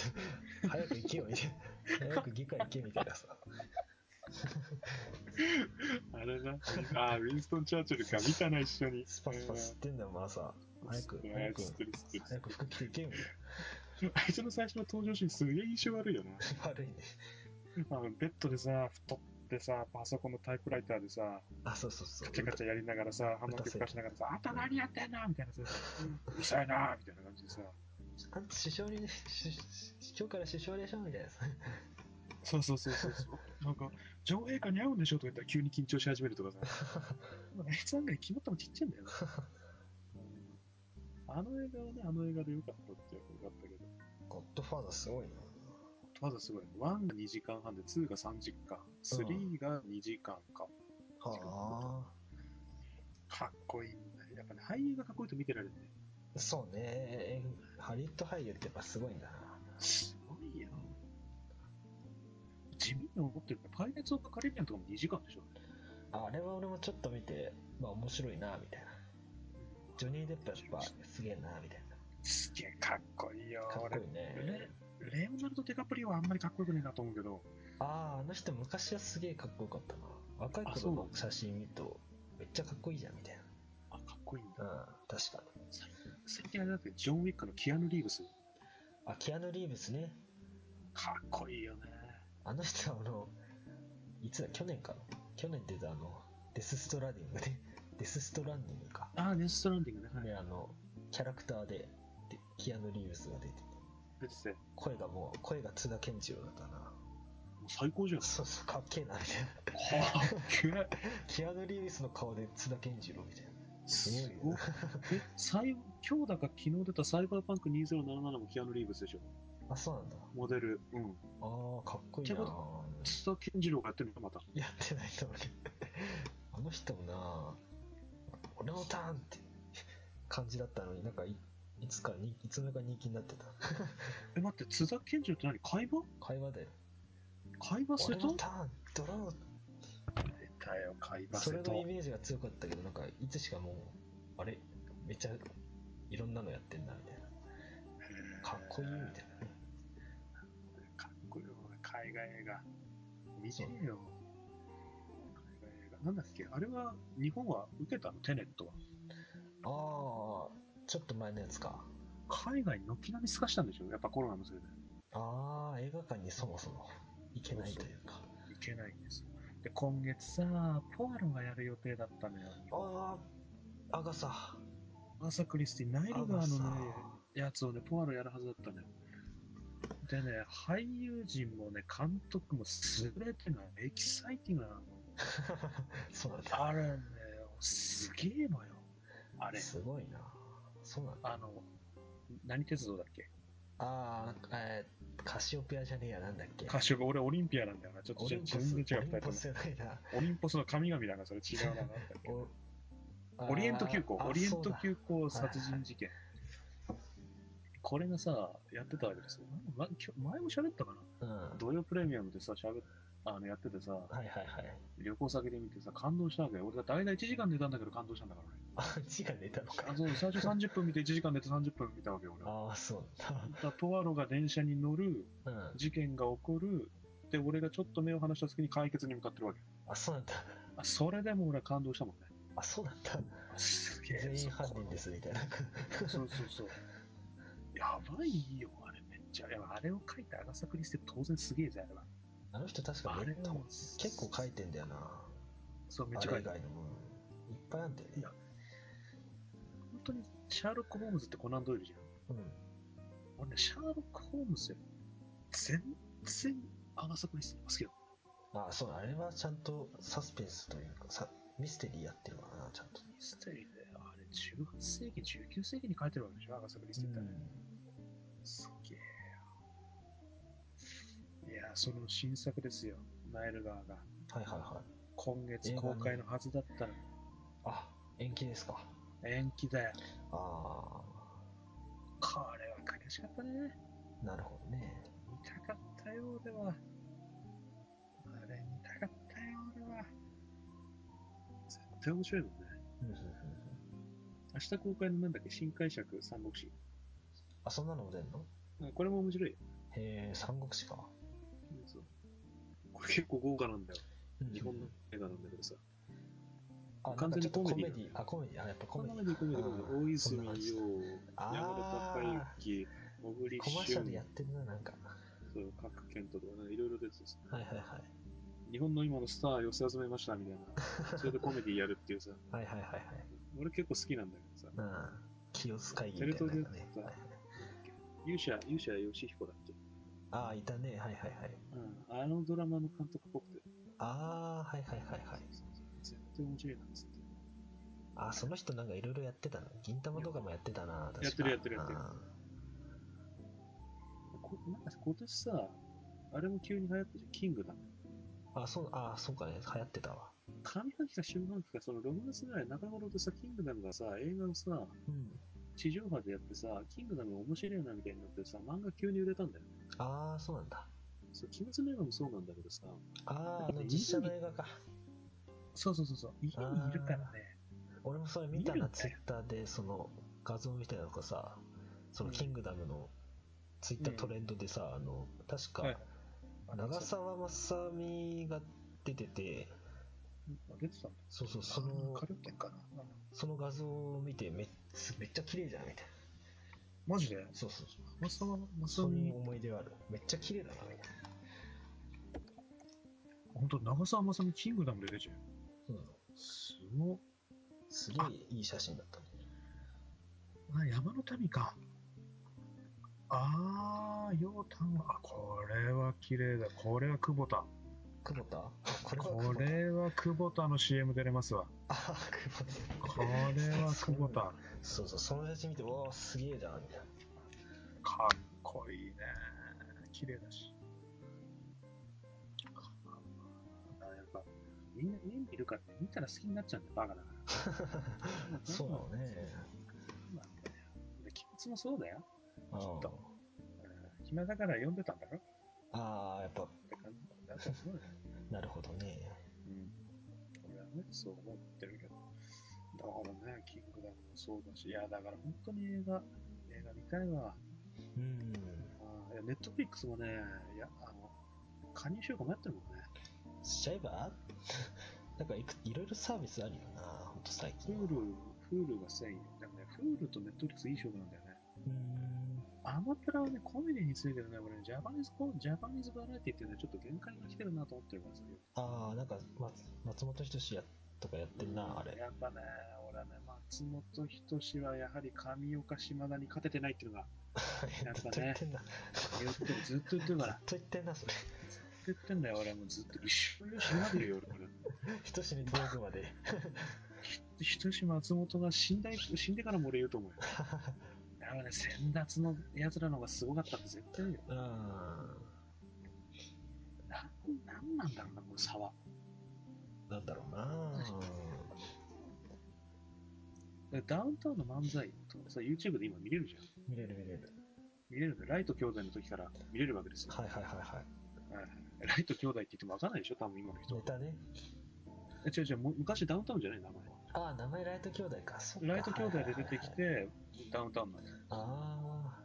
た早く行けよみたいな早く議会行けみたいなさ
あれな。あ、ウィンストン・チャーチルか、見たな、一緒に。
スパスパ吸ってんだよ、もう朝。早く、
うん
早く、
吸ってる吸ってる
早く服着ていけよ。
あいつの最初の登場シーン、すげえ印象悪いよな。
悪いね。
あのベッドでさ、太ってさ、パソコンのタイプライターでさ、
あ、そうそうそう
カ。チャカチャやりながらさ、浜口吹かしながらさ、あんた何やってんのみたいなさ、うるさいなみたいな感じでさ、
あんた、首相に、しし今日から首相でしょみたいなさ。
そうそうそうそうそう、なんか、女王陛下に会うんでしょとか言ったら急に緊張し始めるとかさ、あいつ案外決まったのちっちゃいんだよな。 あの映画はね、あの映画でよかったってよかったけど、
ゴッドファーザーすごいな。
まだすごい、ね、1が2時間半で、2が3時間、3が2時間か。
は
かっこいいんだよ。やっぱね、俳優がかっこいいと見てられるね。
あ。そうね。えハリウッド俳優ってやっぱすごいんだな。
すごいよ。地味に思ってるパイレーツ・オブ・カリビアンとかも2時間でしょ。
ああれは俺もちょっと見て、まあ面白いな、みたいな。ジョニー・デップやっぱすげえな、みたいな。
すげえかっこいいよ。
かっこいいね。
俺、レオナルド・ディカプリオはあんまりかっこよくねえなと思うけど、
ああ、あの人昔はすげえかっこよかったな。若い
あそう
頃
な
の
んだ
写真見ると、めっちゃかっこいいじゃん、みたいな。
あ、かっこいいん
う
だ。
ん、確かに。
最近最近あれだって、ジョン・ウィックのキアヌ・リーブス。
あ、キアヌ・リーブスね。
かっこいいよね。
あの人はあの、いつだ、去年かな。去年出たあの、デス・ストランディングね。 デス・ストランディングか。
あー、ネストランディングね。はい
で、あの、キャラクターで、でキアヌ・リーブスが出てて。
出てて、も
声がもう、声が津田健次郎だったな。
う最高じゃん。か
そうそう、かっけえな、みたいな。
っけえ。
キアヌ・リーブスの顔で津田健次郎みたいな。すごいよ
ごい。え、最後今日だか昨日出たサイバーパンク2077もキアヌ・リーブスでしょ。
あ、そうなんだ。
モデル。うん。
ああ、かっこいい
ってこ
な
と。津田健次郎がやってるのまた。
やってないと思うけどあの人もな俺のターンって感じだったのになんかいいつかにいつの間にか人気になってた
え、待って、津田健次郎って何会話
会話で
会話瀬
俺の
戸
ターンドロ
出たよ、会
ーそれのイメージが強かったけどなんかいつしかもうあれめっちゃいろんなのやってんだみたいなかっこいいみたいな
かっこいいよ、海外映画。見てえよ。海外映画。なんだっけあれは、日本は受けたのテネットは。
ああちょっと前のやつか
海外に軒並み透かしたんでしょやっぱコロナのせいで。
ああ映画館にそもそも行けないというか
いけないんですよ。で、今月さ、ポアロがやる予定だったのよ。
ああアガサ
アガサクリスティ、ナイル
ア
川
ガサ
のね、やつをね、ポアロやるはずだったのよ。でね、俳優陣もね、監督も優れてない、エキサイティングなの。
そうなんだ
あれね、すげえのよ。あれ、
すごいな。そうなんだ。
あの、何鉄道だっけ
ああ、えーカシオペアじゃねえや、なんだっけ。
歌手が俺オリンピアなんだよな。ちょっと
オリンポス、
全然違う、二
オリンポ
人
スじゃないな。
とも。オリンポスの神々だから、それ違うな。なんだっけ
おあー
オリエント急行、
あ
オリエン
そう
ト
だ
急行殺人事件。これがさ、やってたわけですよ。なんか前も喋ったかな
うん。
土曜プレミアムでさ、喋っあの、やっててさ、
はいはいはい。
旅行先で見てさ、感動したわけよ。俺が大体1時間寝たんだけど感動したんだからね。
あ、字が出たのか
あ。そう、最初30分見て1時間寝て30分見たわけよ、俺は。
ああ、そうなん
だポワロが電車に乗る、
だ。うん。
事件が起こる、で、俺がちょっと目を離した隙に解決に向かってるわけ。
あ、そうなんだ。
あ、それでも俺は感動したもんね。
あ、そうなんだ。
すげえ。
全員犯人ですみたいな。
そうそうそう。やばいよ、あれめっちゃ。いやあれを書いたアガサ・クリスティ当然すげえぜ、あれは。
あの人確か
あ
め
れ
っちゃ結構書い
て
てんだよな。
そう、めっ
あ
ちゃ書
れ
い
以
てる
外のもん。いっぱいあんだよ
い
ね
や。本当にシャーロック・ホームズってコナン・ドイルじゃん。
うん。
俺ね、シャーロック・ホームズより全然アガサ・クリスティの方が好きだ
まあ、そう、あれはちゃんとサスペンスというか、さミステリーやってるからな、ちゃんと。
ミステリーで、あれ18世紀、19世紀に書いてるわけでしょ、アガサ・クリスティって、すげえよ。いや、その新作ですよ、ナイル川が。
はいはいはい。
今月
映画ね
公開のはずだったら
あ、延期ですか。
延期だよ。
あ
これは悲しかったね。
あ、なるほどね。
見たかったよ、俺は。あれ、見たかったよ、俺は。絶対面白いもんね。
うんうんうんうん
明日公開のなんだっけ、新解釈三国志。
あ、そんなのも出んの
うんこれも面白いよ。
へえ、三国志か。
そうこれ結構豪華なんだよ。
うん
日本の映画なんだけどさ。
あ、
完全に
なんか
コ
ちょっとコ
メ
メ
デ
デ
ィ
ィあ、コメディあ、やっぱコ
こんな
メデ
のでこんなので
ィ
大泉洋、
そんな感じ
山
あー
田孝之、小栗
だコマーシャルや
旬
っ、てるな、なんか。
そう、各県とかね、いろいろ出ててさ
はいはいはい。
日本の今のスター寄せ集めましたみたい な。それでコメディやるっていうさ。
はいはいはいはい。
俺結構好きなんだけどさ。
うん。清津会議みたいなのがね
テレ東で。やっ
はい
た
はい
勇者、勇者よしひこだっけ。
ああ、いたね。はいはいはい。
うん。あのドラマの監督っぽくて。
ああ、はいはいはいはい。
絶対面白いなっつって。
ああ、その人なんかいろいろやってたな。銀玉とかもやってたな。確か
やってるやってるやってる
あ
こなんか今年さ、あれも急に流行ったじゃん、キングダム。
ーあー、そう、ああ、そうかね。流行ってたわ。
上半期か下半期か、その6月ぐらい中頃でさ、キングダムがさ、映画をさ、
うん。
地上波でやってさ、キングダム面白いなみたいになってさ、漫画急に売れたんだよね。
ああ、そうなんだ。
そう、鬼滅の映画もそうなんだけどさ、
ああ、あの実写の映画か。
そうそうそうそう、家にいるからね、
俺もそれ見た
見る
な、
んだ
ツイ
よ
ッターで、その画像みたいなのがさ、そのキングダムのツイッタートレンドでさ、あの、確
は
か
い、
長澤まさみが出てて、
出てたんだ。
そうそう、そ
あ
の
カ、ルテンかな。
その画像を見てめっ、めっちゃ綺麗じゃん、みたいな。
マジで
そうそうそう。
マサマサ
そうい
ミ
う、思い出はある。めっちゃ綺麗だな、みたいな。
本当長澤まさみキングダムで出ちゃうよ。
うん。
すごっ。
すげえいい写真だったね。
あ、山の民か。ああ、ようたんは、あこれは綺麗だ。これは久保田。
久保田あこれ
こ
は久保田。
れは久保田の CM 出れますわ。
あー、久保田。
これは久保田。かっ
そうそう、その写真見て、わあ、すげえじゃん、みたいな。
こいいね。綺麗だし。あやっぱみんな家にいるからね見たら好きになっちゃうんだよ、バカだから。
そうだね。
そうなんだよ。で、鬼滅もそうだよ。
あー
うん暇だから読んでたんだろ
あー、やっぱ、
って感じなんだと思うよ。
なるほどね。
うん。俺はね、そう思ってるけど。だからね、キングダムもそうだし、いや、だから本当に映画、映画見たいわ。
うん。
あーいやネットフリックスもね、いや、あの、加入しようか迷ってるもんね。
しちゃえば なんかいく、いろいろサービスあるよな、ほんと最近。う
Hulu、Hulu が1000円。でもね、Hulu とネットフリックスいい勝負なんだよね。
ーん。
アマプラはね、コメディについてるね、俺ね、ジャパニーズコ、ジャパニーズバラエティってね、ちょっと限界が来てるなと思ってるからさ。
ああ、なんか、松松本人志やとかやってんな、あれ。
やっぱね、俺はね、松本人志はやはり上岡島田に勝ててないっていうのが、やっぱね
ずっ と言ってんな。
言ってる、ずっと言ってる
ず
か
っ
ら。
と言ってんな、それ。
言ってんだよ、俺はもうずっと。一緒に島で言うよ、俺。
人志に道具 まで。
人志松本が死んだ、死んでからも俺言うと 思うよ。だからね、先達の奴らの方がすごかったって絶対言うよ。
うーん。
な、なんなんだろうな、この差は。
なんだろ うな。
でダウンタウンの漫才とさ、YouTube で今見れるじゃん。
見れる見れる。
見れるんで、ライト兄弟の時から見れるわけですよ。
はいはいはいはい。
はいライト兄弟って言っても分かんないでしょ、多分今の人
ネ。タね
え違う違う、もう昔ダウンタウンじゃない、名前は。
ああ名前ライト兄弟かそっか
ライト兄弟で出てき
はいはいはいはい
て、ダウンタウンなんだよ。
あ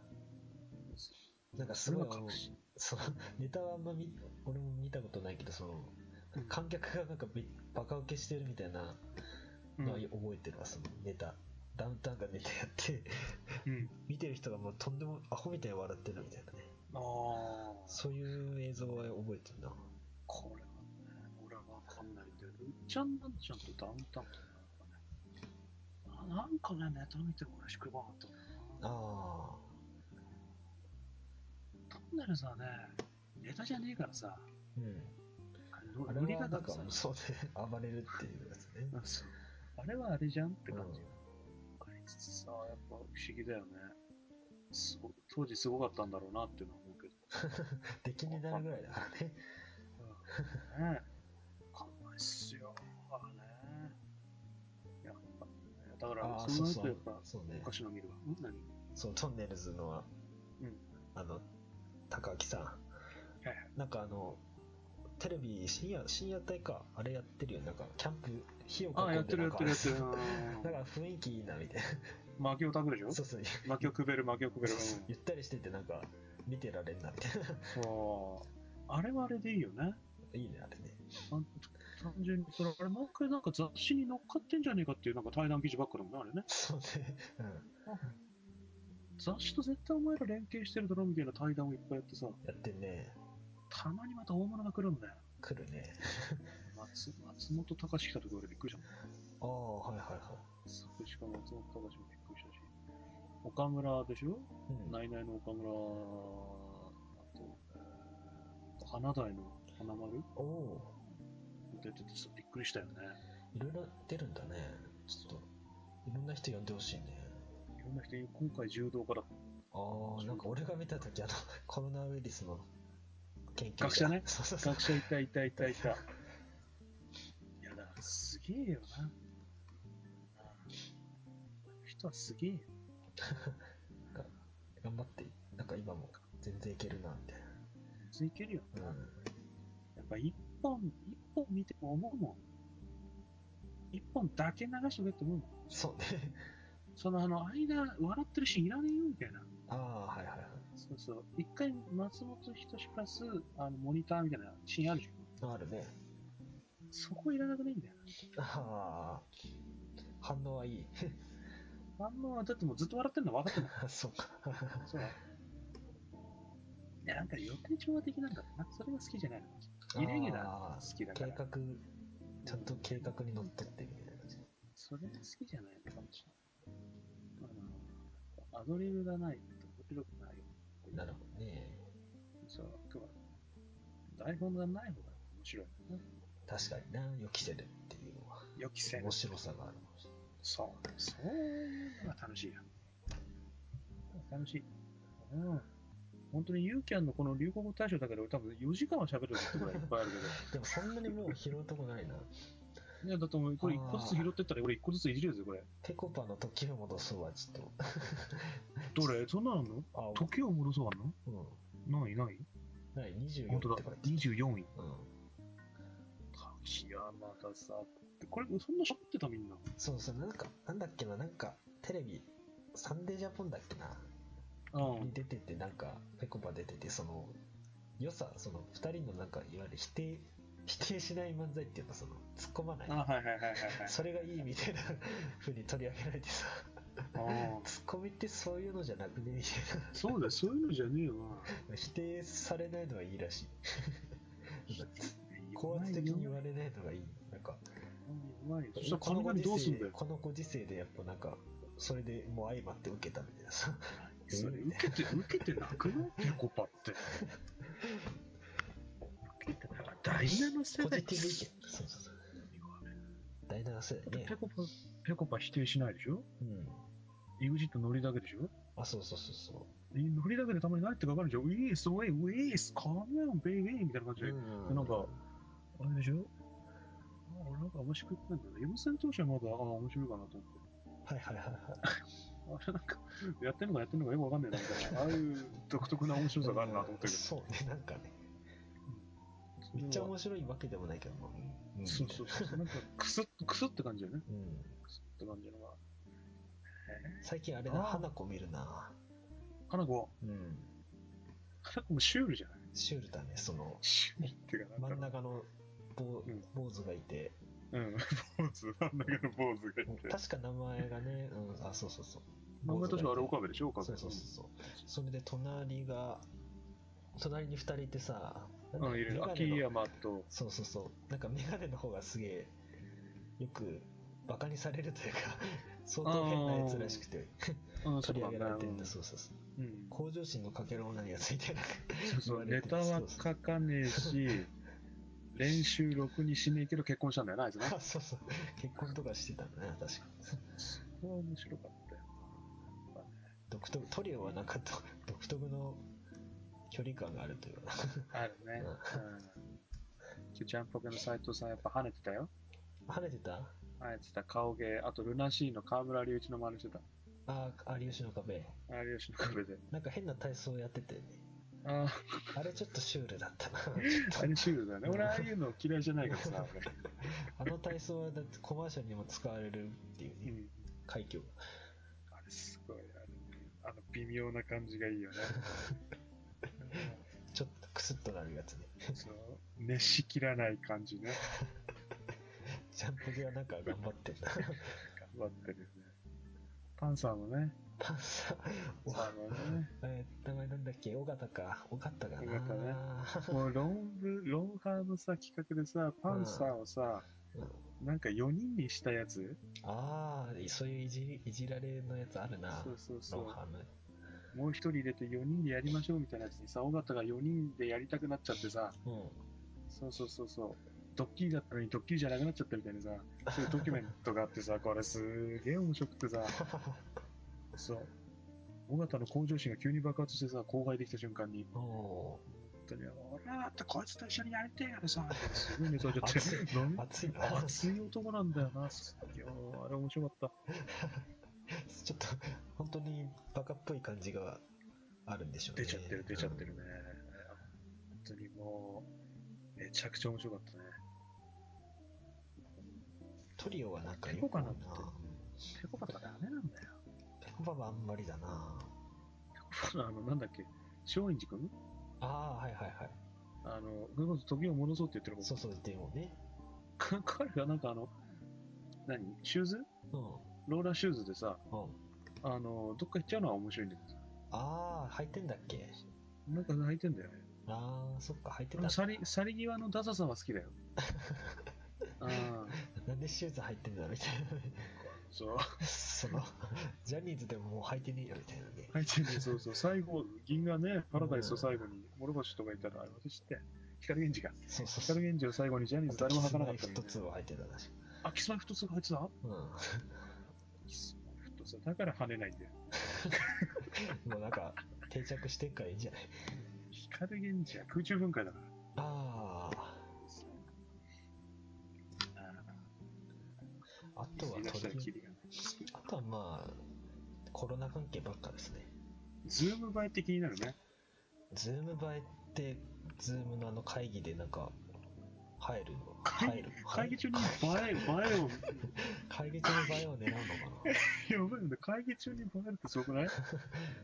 あなんかす
それ
ご
はい隠し。
そのネタはあんま見俺も見たことないけどその
うん
観客がなんかびバカ受けしてるみたいな
うん
のは覚えてるわそのネタダウンタウンがネタやって
う ん
見てる人がもうとんでもアホみたいに笑ってるみたいなね
ああ。
そういう映像は覚えてるな
これはね、俺は分かんないんだよね。うっちゃんなんちゃんとダウンタウンとなんかね、あなんかね、ネタ見ても嬉しくなかったな。
ああ
トンネルさね、ネタじゃねえからさ、
うんあれ
ノリが
はな
なんん
か
かさ、
そうね暴れるっていうやつね
あそうあれはあれじゃんって感じ
う。
わかりつつさ、やっぱ不思議だよね。すご当時すごかったんだろうなっていうのは思うけど。
出来になるぐらいだからね
うん、ねわかんないっすよ。あね。いや、やっぱねだから、
あー
そうなる
そ
と
うそう
やっぱ、
そうね
おかしいの見るわ。うん、何
そうトンネルズのは
うん。
あの高木さん
いはい
なんかあのテレビ深夜深夜帯かあれやってるよなんかキャンプ火を
あー、
囲
や
ん
っ
で
てる
な
やっ
んか
てるやって る。
だから雰囲気いいなみたい
うん負けをたぐるで
な
し
そ
ょ
うそう
負けをくべる、負けをく べる。うん
ゆったりしててなんか見てられんなみたいな
そう。あれはあれでいいよね。
いいねあれね
あ単純に、それ、あれ、毎回なんか雑誌に乗っかってんじゃねえかっていう、なんか対談記事ばっかだもんね、あれね。
そうねうん
雑誌と絶対お前ら連携してるだろみたいな対談をいっぱいやってさ、
やってんね
たまにまた大物が来るんだよ。
来るね
松松本隆来たところでびっくりしたもん。
ああはいはいは
作詞家の松本隆もびっくりしたし。岡村でしょ
い、うん、
ナイナイの岡村、あと、えー花大の花丸
おお
出ててさびっくりしたよね。
ーいろいろ出るんだねちょっといろんな人呼んでほしいね
いろんな人、今回柔道家だった。
ああなんか俺が見た時あの コロナウイルスの研究
学者ね
そうそうそう
学者いたいたいたいた。いや、だからすげえよな。あの人はすげえよ。
頑張ってなんか今も全然いけるなみたい
続けるよな。
な、うん、
やっぱ一本、一本見ても思うもん。一本だけ流してくれって思うもん。
そうね
そのあの間、笑ってるシーンいらねえよみたいな。
ああはいはいはい
そうそう。一回、松本人志プラス、あの、モニターみたいなシーンあるじゃん。
あるね
そこいらなくないんだよ。
ああ反応はい い
あんま、だってもうずっと笑ってんの分かってんだか
そうか
ら。そう。いやなんか予定調和的なんだろうな。それが好きじゃないの。イレギュラーが
あ
好きだ
ー
か
計
ら。
画ちゃんと計画にのっとってみたいな感じ
それが好きじゃないのかもしれない。あのアドリブがないと面白くないよ。
なるほどね
そう、今日は台本がない方が面白いよね。
確かにな予期せるっていうのは
予期せぬ
面。白さがあるかもしれない
そう、そういうのが楽しいや。楽しい。うん。本当にユーキャンのこの流行語大賞だけど、俺多分4時間は喋ることぐらいいっぱいあるけ
でもそんなにもう拾うとこないな
ど。いや、だってもうこれ1個ずつ拾ってったら、俺1個ずついじるよ、これ。
ぺこぱの時を戻そうはちょっ
どれそんなのあんの
とあ
時を戻そうあん
うん
のないない
ない24
本
っ
当だ
て書い、て
24位。
あるうん
滝山がさ、これ、そんなしょってたみんな。
そうそう、なんか、なんだっけな、なんか、テレビ、サンデージャポンだっけな、
うん
に。出てて、なんか、ぺこぱ出てて、その、良さ、その、二人のなんか、いわゆる否定、否定しない漫才っていうか、その、突っ込まない。
あ、はいはいはいはいはい。
それがいいみたいな 風に取り上げられてさ、
あー
ツッコミって そういうのじゃなくねみたい
そうだよ、そういうのじゃねえよな。
な。否定されないのはいいらしい。 高
怖
圧
い
的に言われないのがいい。なんか、
うまいよ。そしたら神々どうすんだよ。
このご時世でやっぱなんか、それでもう相まって受けたみ たいなさ。
それ受けて、受けてなくないペコパって。受けてな第7世
ポ
代
ジティブ意見。そうそうそう。第7世代ね
ペ。コパ、ペコパ否定しないでしょ
うん。
?EXIT ノリだけでしょ
あ、そうそうそうそ
ノリだけでたまにないってかかるじゃん。ウィース、ウェイ、ウィース、カメオン、ベイベイみたいな感じ
う。
で。
う
なんかあれでしょあ俺なんかあんましくないんだよ。M 戦闘士はまだ、ああ、面白いかなと思って。
はいはいはいはい。
あれなんか、やってんのかやってんのかよくわかんないなみたいな。ああいう独特な面白さがあるなと思ったけど。
そうね、なんかね。
うん
めっちゃ面白いわけでもないけども、うんうん
そうそうそう。なんか、クスッ、クスって感じだよね。
うん、
クスって感じのが。え
最近あれ
あ
だ
ー
花子見るな
ー、花子、
うん
花子もシュールじゃない
シュールだねその
シュールっていうか、なん
真
か
ん中の坊
うん
坊主がいて
うん、坊主、真ん中の坊主がいて。
確か名前がね、うん、あそうそうそう
漫画としてはあれ
坊
岡部でしょ岡
主
部。
がいてそうそうそうそうそれで隣が隣に2人いてさなん
う
か
ん、うん、い
メ
る。
ガ
秋
ネの
山と、
そうそうそうなんかメガネの方がすげえよくバカにされるというか 相当変なやつらしくて
うん、
取り上げられて
う
るん
ん
だそうそうそう
うん。
向上心のかけらもないやつみたいな
そうそう、
言わ
ネ
れて
タ
る
は
そうそ
書
う
かねえ し、練習ろくにしねえけど結婚したんだよな、あい つね。
あそうそう結婚とかしてたんだね確か
それは面白かったよな。
独特トリオはなんかと独特の距離感があるというか
あるね。うん。ジャンポケの斎藤さん、やっぱ跳ねてたよ。
な跳ねてた
跳ねてた、顔芸。あと、ルナシーの河村隆一の真似してた。
ああ有吉の壁
有吉の壁で。
なんか変な体操やってて
あ
あれちょっとシュールだったな
あ、あれシュールだね。俺、ああいうの嫌いじゃないから さ、俺。
あの体操はだってコマーシャルにも使われるっていう
う
ね
ん。
快挙が
あれ、すごい。あれねあの、微妙な感じがいいよ ね。
ちょっとクスッとなるやつね
うんそう。熱しきらない感じね。
ジャンポケはなんか頑張ってんな
頑張ってるよね。パンサーもね。
パンサーお
パンサーもね。
えー名前なんだっけ尾形か尾形かな
尾形ねもうロンブ、ロンハーのさ、企画でさ、パンサーをさ、
うん
なんか4人にしたやつ
ああそういういじいじられのやつあるな
そうそうそ
ロンハ
う。
ーの
もう1人入れて4人でやりましょうみたいなやつにさ、尾形が4人でやりたくなっちゃってさ、
うん
そうそうそうそう。ドッキリだったのにドッキリじゃなくなっちゃったみたいなさ、そういうドキュメントがあってさ、これすげえ面白くて さ、そう。尾形の向上心が急に爆発してさ、後輩できた瞬間に、
おお
本当に俺はだってこいつと一緒にやりてえからさ、すごいネタじゃって
熱い、
なん
熱いな
熱い男なんだよな。いやーあれ面白かっ
ちょっと本当にバカっぽい感じがあるんでしょ
た。
うね
出ちゃってる、出ちゃってるね。本当にもう、めちゃくちゃ面白かったね。
トリオはなんか
ペ
よ
コ
く
パ
な
なんて、ペコパとかダメなんだよ。
ペコパはあんまりだな
ペコパのあの、なんだっけ、松陰寺君
ああはいはいはい
あの、それこそ時を戻そうって言ってる
そうそうでもね
方。彼がなんかあの、何シューズ
うん
ローラーシューズでさ、
うん
あの、どっか行っちゃうのは面白いんだけどさ。
ああ履いてんだっけ
なんか履いてんだよね。
ああそっか履いて
俺
た
も去り、去り際のダサさは好き だよ。ああ、
なんでシューズ履いてんだみたい
そう。
な そのジャニーズでももう履いてねえよみたいなね
入ってるね、そうそう、最後、銀河ね、パラダイスを最後に、諸星とかいたら、あれ、私って、光源氏が。
そうそうそう
光源氏を最後にジャニーズ誰も履かなかったのに
一つを履いてたらしい
あ、キスマイフットツーが入ってた
うん
キスマイフットツーだから跳ねないんだよ。
もうなんか定着してっからいいんじゃない
光源氏は空中分解だから。
あああと
言
は
い出し
ト
たら
リ
キリがない
オあとはまあコロナ関係ばっかですね
ズーム映えって気になるね。
ズーム映えってズームのあの会議でなんか入るの
会議
入る
会議中に映え、映えを、
会議中の映えを狙うのかな
やばいよね。会議中に映えるってすごくない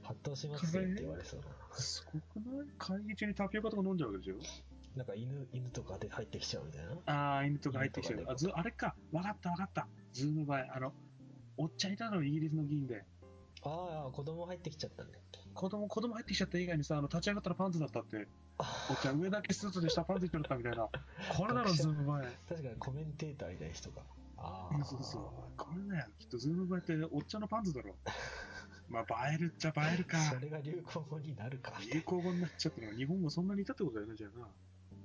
発動しますよって言われそうな
すごくない会議中にタピオカとか飲んじゃうわけでしょ
なんか犬犬とかで入ってきちゃうみたいな
ああ、犬とか入ってきてる
犬。と
あ
か
ずあれか、わかったわかった。ズーム映え。あの、おっちゃんいたの、イギリスの議員で。
ああ子供入ってきちゃったんだっけ
子供、子供入ってきちゃった以外にさ、あの立ち上がったらパンツだったって。お
あ
っちゃん、上だけスーツで下パンツいってなったみたいな。これだ ろ、ズーム映え。
確かにコメンテーターみたいな人があ
うん
あ
そうそう。これだよ。きっとズーム映えって、おっちゃんのパンツだろ。まあ、映えるっちゃ映えるか。
それが流行語になるか
流行語になっちゃったのは日本語そんなにいたってことだよね、じゃあ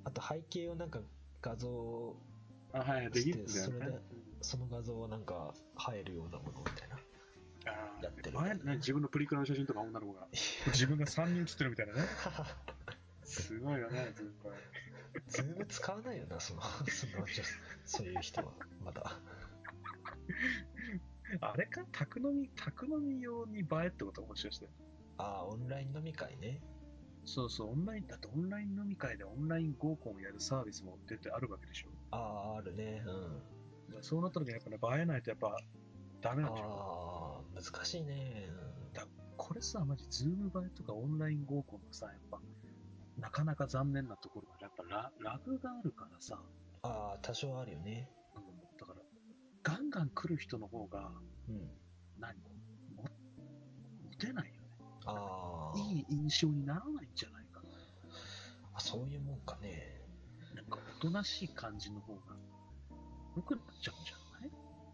あと背景をなんか画像
な。あ、はい、できるんだよ
それ
ね
で。その画像をなんか入るようなものみ たいな
あ
やってる
あ、映える何自分のプリクラの写真とか女の子が。 自分が3人写ってるみたいなね。すごいよね、ズーム映え。
ズーム使わないよなそのその女そういう人はまだ
あれか宅飲み、宅飲み用に映えってこともしかして。
ああオンライン飲み会ね
そうそう、オンライン、だってオンライン飲み会でオンライン合コンをやるサービスも出てあるわけでしょ。
あああるねうん
だからそうなった時にやっぱね、映えないとやっぱダメなんでしょ。
ああ難しいね
これさ、マジ、ズーム映えとかオンライン合コンのさ、やっぱ、なかなか残念なところが、やっぱララグがあるからさ、
ああ多少あるよね
なんかもうだから、ガンガン来る人の方が、
うん
何もモテないよね。
ああ
いい印象にならないんじゃないか
あそういうもんかね
な。なんか、おとなしい感じの方が、良くなっちゃうんじゃない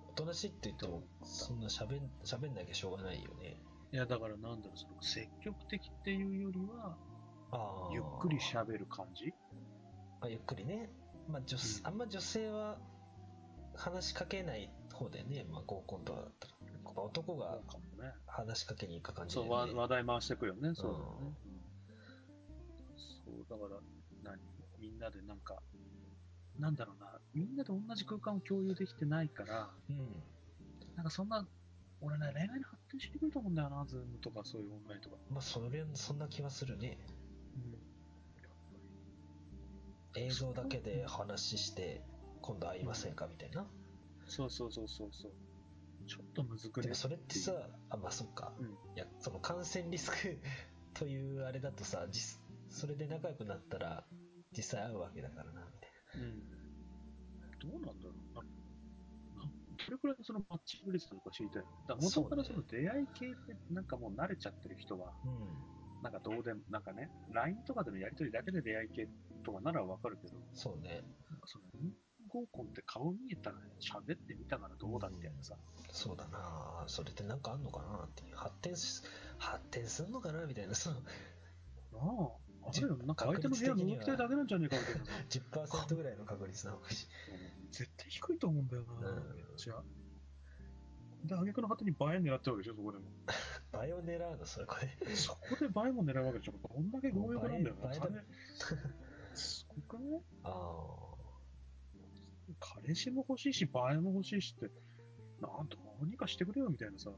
おとなしいって言ってもそんなしゃべんしゃべんなきゃしょうがないよね
いや、だからなんだろう、その、積極的っていうよりは、
ああ
ゆっくり喋る感じ
あゆっくりね、まあ女
うん
あんま女性は話しかけない方だよね、まあ、合コンとかだったらやっぱ男が
そうかもね。
話しかけに行く感じだ
そ
よ
う、
ね
わ話題回してくよね。そうだよね。そう、だから、何みんなでなんか、なんだろうな、みんなで同じ空間を共有できてないから、
うん
なんかそんな、俺ね、恋愛に発展してくると思うんだよな、ズームとかそういうオンラインとか。
まあそれそんな気はするね映像だけで話して今度会いませんかみたいな
そうそうそうそうそう。ちょっとむずく
で
ね
も。それってさあまあそっか、
うん
いやその感染リスク というあれだとさ実それで仲良くなったら実際会うわけだからなみたいな
うん。どうなんだろうな。などれくらいのそのマッチング率なのか知りたい。だから元からそ
そう
の
ね
出会い系ってなんかもう慣れちゃってる人は、
うん
なんかどうでも、なんかね、LINE とかでのやりとりだけで出会い系とかならわかるけど、
そうね
なんかその合コンって顔見えたら喋ってみたからどうだみたいなさ、
そうだなそれってなんかあんのかなっていう発展し発展すんのかなみたいなその
ああ、あ
じ
れよ、なんか相手の部屋
確率的に
覗
は
きたいだけなんじゃねえかみたいなさ
10%ぐらいの確率なのかし
絶対低いと思うんだよな、
うん
めっちゃ。で、挙句の果てに映え狙ってるわけでしょ、そこでも。
倍を狙うのそれこれ
そこで倍も狙うわけでしょ、こんだけ強欲なんだよな、
倍だ
金。すごくない
ああ
彼氏も欲しいし、映えも欲しいしって、なんとどうにかしてくれよみたいなさ。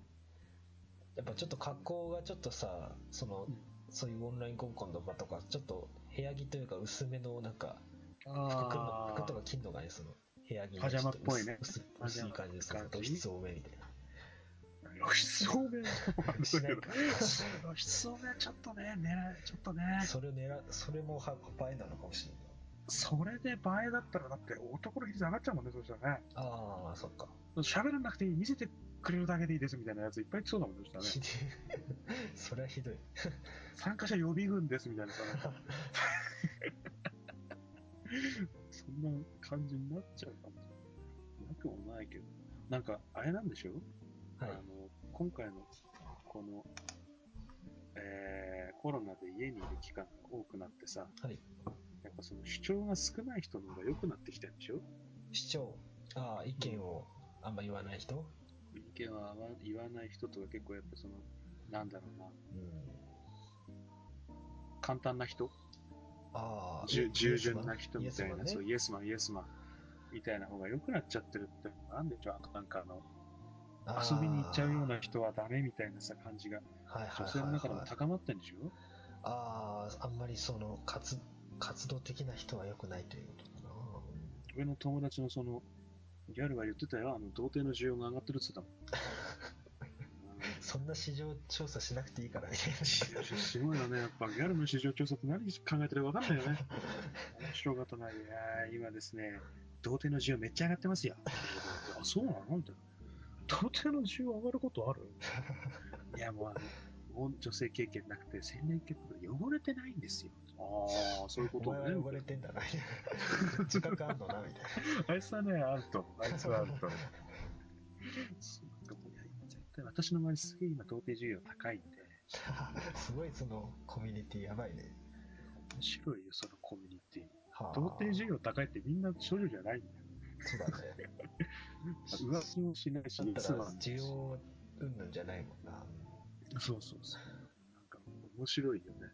やっぱちょっと格好がちょっとさその、
うん
そういうオンライン合コンの場とかちょっと部屋着というか薄めのなんか服の
あ
服とか着んのがねその部屋着の
パジャマっぽいね
ちょっと
パ
薄
ジャマ
薄い感じです
感じ
露出多めみたいな
露出多め
しないか
露出多めはちょっとね、狙いちょっとね。
それを狙うそれもは映えなのかもしれない
それで映えだったら、だって男の比率上がっちゃうもんね、そうしたらね。
ああそっか
喋らなくていい、見せてくれるだけでいいですみたいなやついっぱい来そうだもんね、そした
ひ
らね。
どい それはひどい
参加者予備軍ですみ たいなさ、なんかそんな感じになっちゃうかもしれない。なくもないけど。なんか、あれなんでしょ、
はい
あの今回の、この、えーコロナで家にいる期間が多くなってさ、
はい
やっぱその主張が少ない人の方が良くなってきたんでしょ
主張ああ意見をあんま言わない人
意見は合わ言わない人とか結構やっぱその、なんだろうな、
うん
簡単な人、
ああ
従従順な人
イエ
み
ス
たい
マン
な、
ね
そう、イエスマン、イエスマンみたいな方が良くなっちゃってるってのがあるんでしょあとなんかあの、遊びに行っちゃうような人はダメみたいなさ感じが、
ああはいはい
女
は
性の中で
いは
も
い
高まってんでしょ、
あああんまりその活活動的な人は良くないということかな
俺の友達のその、ギャルが言ってたよ、あの、童貞の需要が上がってるって言って
そんな市場調査しなくていいからみたい
たもん。すごいよね、やっぱギャルの市場調査って何考えてるか分かんないよね。面白かったな、いやー、今ですね、童貞の需要めっちゃ上がってますよ。 あ、そうなのみたいな。童貞の需要上がることある いや、もうあの、もう女性経験なくて、洗練結構汚れてないんですよ。ああ、そういうこ
な
と
お
ね。
前は汚れてんだなみたいな自覚あんのなみたいな
あいつはね、あると思う。あいつはあると思う。そうなんかもういや今絶対私の周りすげえ今童貞需要高いんで、
すごいそのコミュニティやばいね。
面白いよ、そのコミュニティ。
はあ
童貞需要高いってみんな少女じゃないんだよ。
そうだね。
浮気もしないし、
だったら
妻も
需要うんぬんじゃないもんな。
そうそうそう。なんか面白いよね。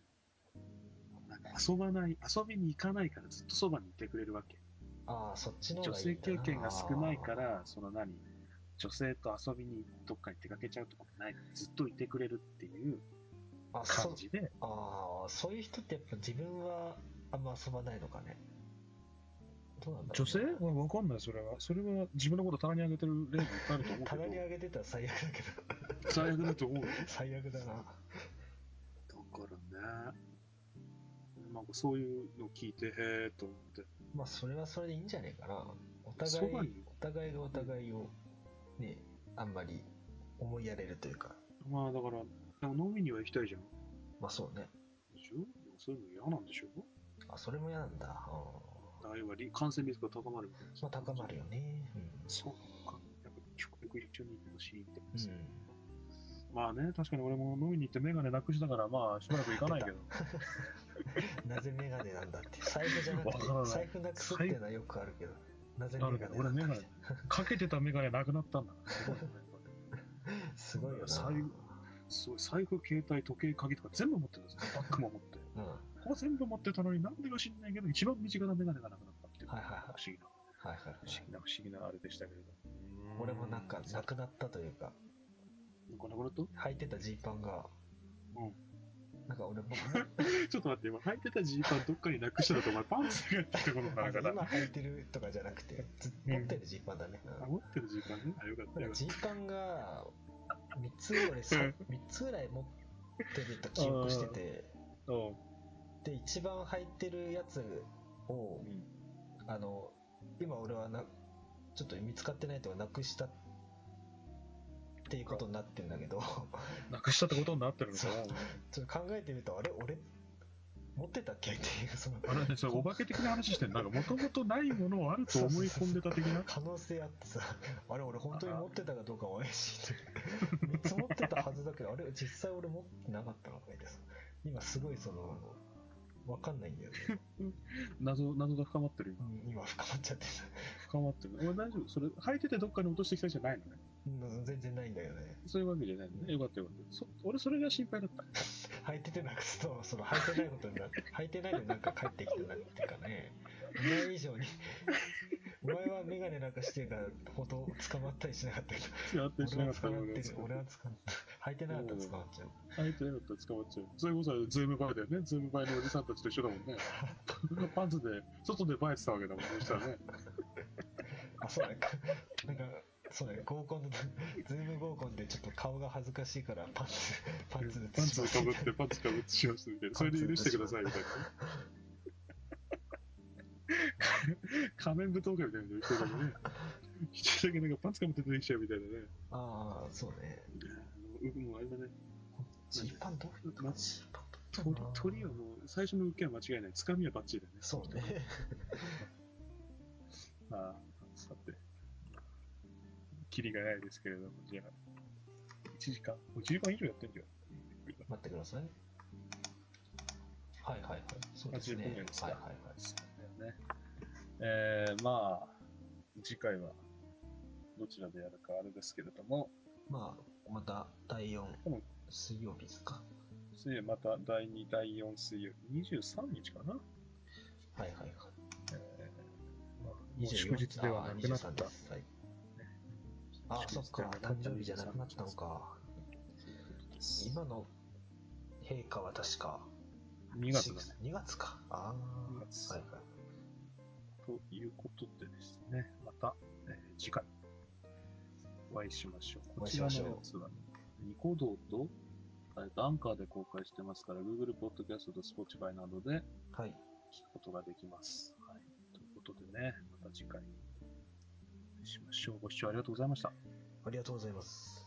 なんか遊ばない、遊びに行かないからずっとそばにいてくれるわけ。
ああ、そっちの
女
方がいい
性
んだな
経験が少ないか。ら、その何、女性と遊びにどっかに出かけちゃうとかない、ずっといてくれるっていう
あそ
感じで、
あーそういう人ってやっぱ自分はあんま遊ばないのかねどうなんだろ
女
う
性わわかんない、それは。それは自分のこと棚に上げてる例もいっぱいあると思うけ
棚
ど
に、上げてたら最悪だけど
最悪だと思うよ。
最悪だな
だからね、なんかそういうの聞いて、へえと思って。
まあそれはそれでいいんじゃねえかなお
そ
互
うなんよ
いお互いがお互いをねあんまり思いやれるというか
まあだから、なんか飲みには行きたいじゃん。
まあそうね
でしょでもそういうの嫌なんでしょ
あそれも嫌なんだ、
だから要はリ感染率が高まるみたいな
うん、まあ高まるよね
そうなのか。やっぱ食欲一緒に行ってほしいって、
うん、うん、
まあね、確かに俺も飲みに行ってメガネなくしたから、まあしばらく行か ないけど。
なぜメガネなんだって財布じゃなくて
わからない
財布なくすっていうのはよくあるけどなぜメ
ある
ガ
けど
ネ
俺
な
メ
んだみ
ガ
たい
ネ
な、
かけてたメガネなくなったんだから。すごいよね。
すごい
財
よな
布すごい財布、携帯、時計、鍵とか全部持ってるんですよ。バッグも持って。
うんはい
ここ全部持ってたのになんでか知んないけど、一番身近なメガネがなくなったっていう。
はいはい
不思議な、
はいはい
不思議な、不思議なあれでしたけれど。
俺もなんかな
な
くなったというか
こんなこと
履いてたジーパンが
うん
なん か俺も
ちょっと待って、今履いてたジーパンどっかになくしたらと、お前パンツがってこと
あ
なのかな。
今履いてるとかじゃなくてず
うん
持ってるジーパンだね、うん
あ持ってるジーパンね。あ、よかった
な
よ
んか
かっ
ジーパンが3つぐらいさ
うん
三つぐらい持ってると記憶してて
た。うん
で一番履いてるやつをあの今俺はなちょっと見つかってないとかなくしたっていうことになってんだけど
なくしたってことになってるのかな。
ちょっと考えてみるとあれ俺持ってたっけっていうその
あれね、それお化け的な話してるなんかもともとないものをあると思い込んでた的な。
可能性あってさ、 あれ俺本当に持ってたかどうか怪しい という。3つ持ってたはずだけど、あれ実際俺持ってなかったのかみたいな。今すごいその、わかんないんだよね。
謎、謎が深まってるよ
うん今深まっちゃってさ。
深まってる。俺大丈夫それ、履いててどっかに落としてきたんじゃないのね。
うん全然ないんだよね。
そういうわけじゃないのね。よかったよかった。そ俺、それが心配だった。
履いててなくすと、その履いてないことになって、履いてないのになんか帰ってきてなっていうかね。お前以上に。お前はメガネなんかしてるからほど捕まったりしなかったけど、
やって し
俺
ま
は
った
捕
よ
まっ
俺
て
は
る。俺は捕まった。履いてなかったら捕まっちゃう。
履いてなかったら捕まっちゃう。それこそ、ズームバイだよね。ズームバイのおじさんたちと一緒だも んね。パンツで、外でバイてたわけだもんね。そしたらね。
あ、そうだね。なんか、 そうだね。合コンの、 ズーム合コンでちょっと顔が恥ずかしいからパンツ、 パンツ
パン
し
ツ
ま
か
す
ぶって、パンツかぶってしましたみた いな。それで許してくださいみたいな。仮面舞踏会みたいなの言ってたもんね。一人だけなんかパンツかぶって出てきちゃうみたいなね。
ああ、そうね。
うん、もうあれだね。
ジーパンどういう
ま
ジーパン
鳥、鳥はもう最初の受けは間違いない。つかみはバッチリだよね。
そうね。
ああ、さて。キリがないですけれども、じゃあ、1時間、もう1時間以上やってんじゃん。
待ってください。はいはいはい。そうです
あ十分
ね
ぐらいで。すか
はいはいはい。
そうだよね。えー、まあ、次回はどちらでやるかあれですけれども、
まあ、また第4
うん
水曜日ですか。
水曜また第2、第4水曜、23日かな、
はいはいはい。
えーまあ、もう祝日ではなくなった
あー23。ですはいあー、そっか。誕生日じゃなくなったの。か。今の陛下は確か
2月だね。
2月か。ああ。
2月
はいはい。
ということでですね、また、えー次回お会いしましょう。
お
こ
会い
ち
し
ら
ま
の
しょう
やつは、ね、ニコ動と、えーとアンカーで公開してますから、Google Podcast と Spotify などで
はい。
聞くことができます。はい、ということでね、また次回お会いしましょう。ご視聴ありがとうございました。
ありがとうございます。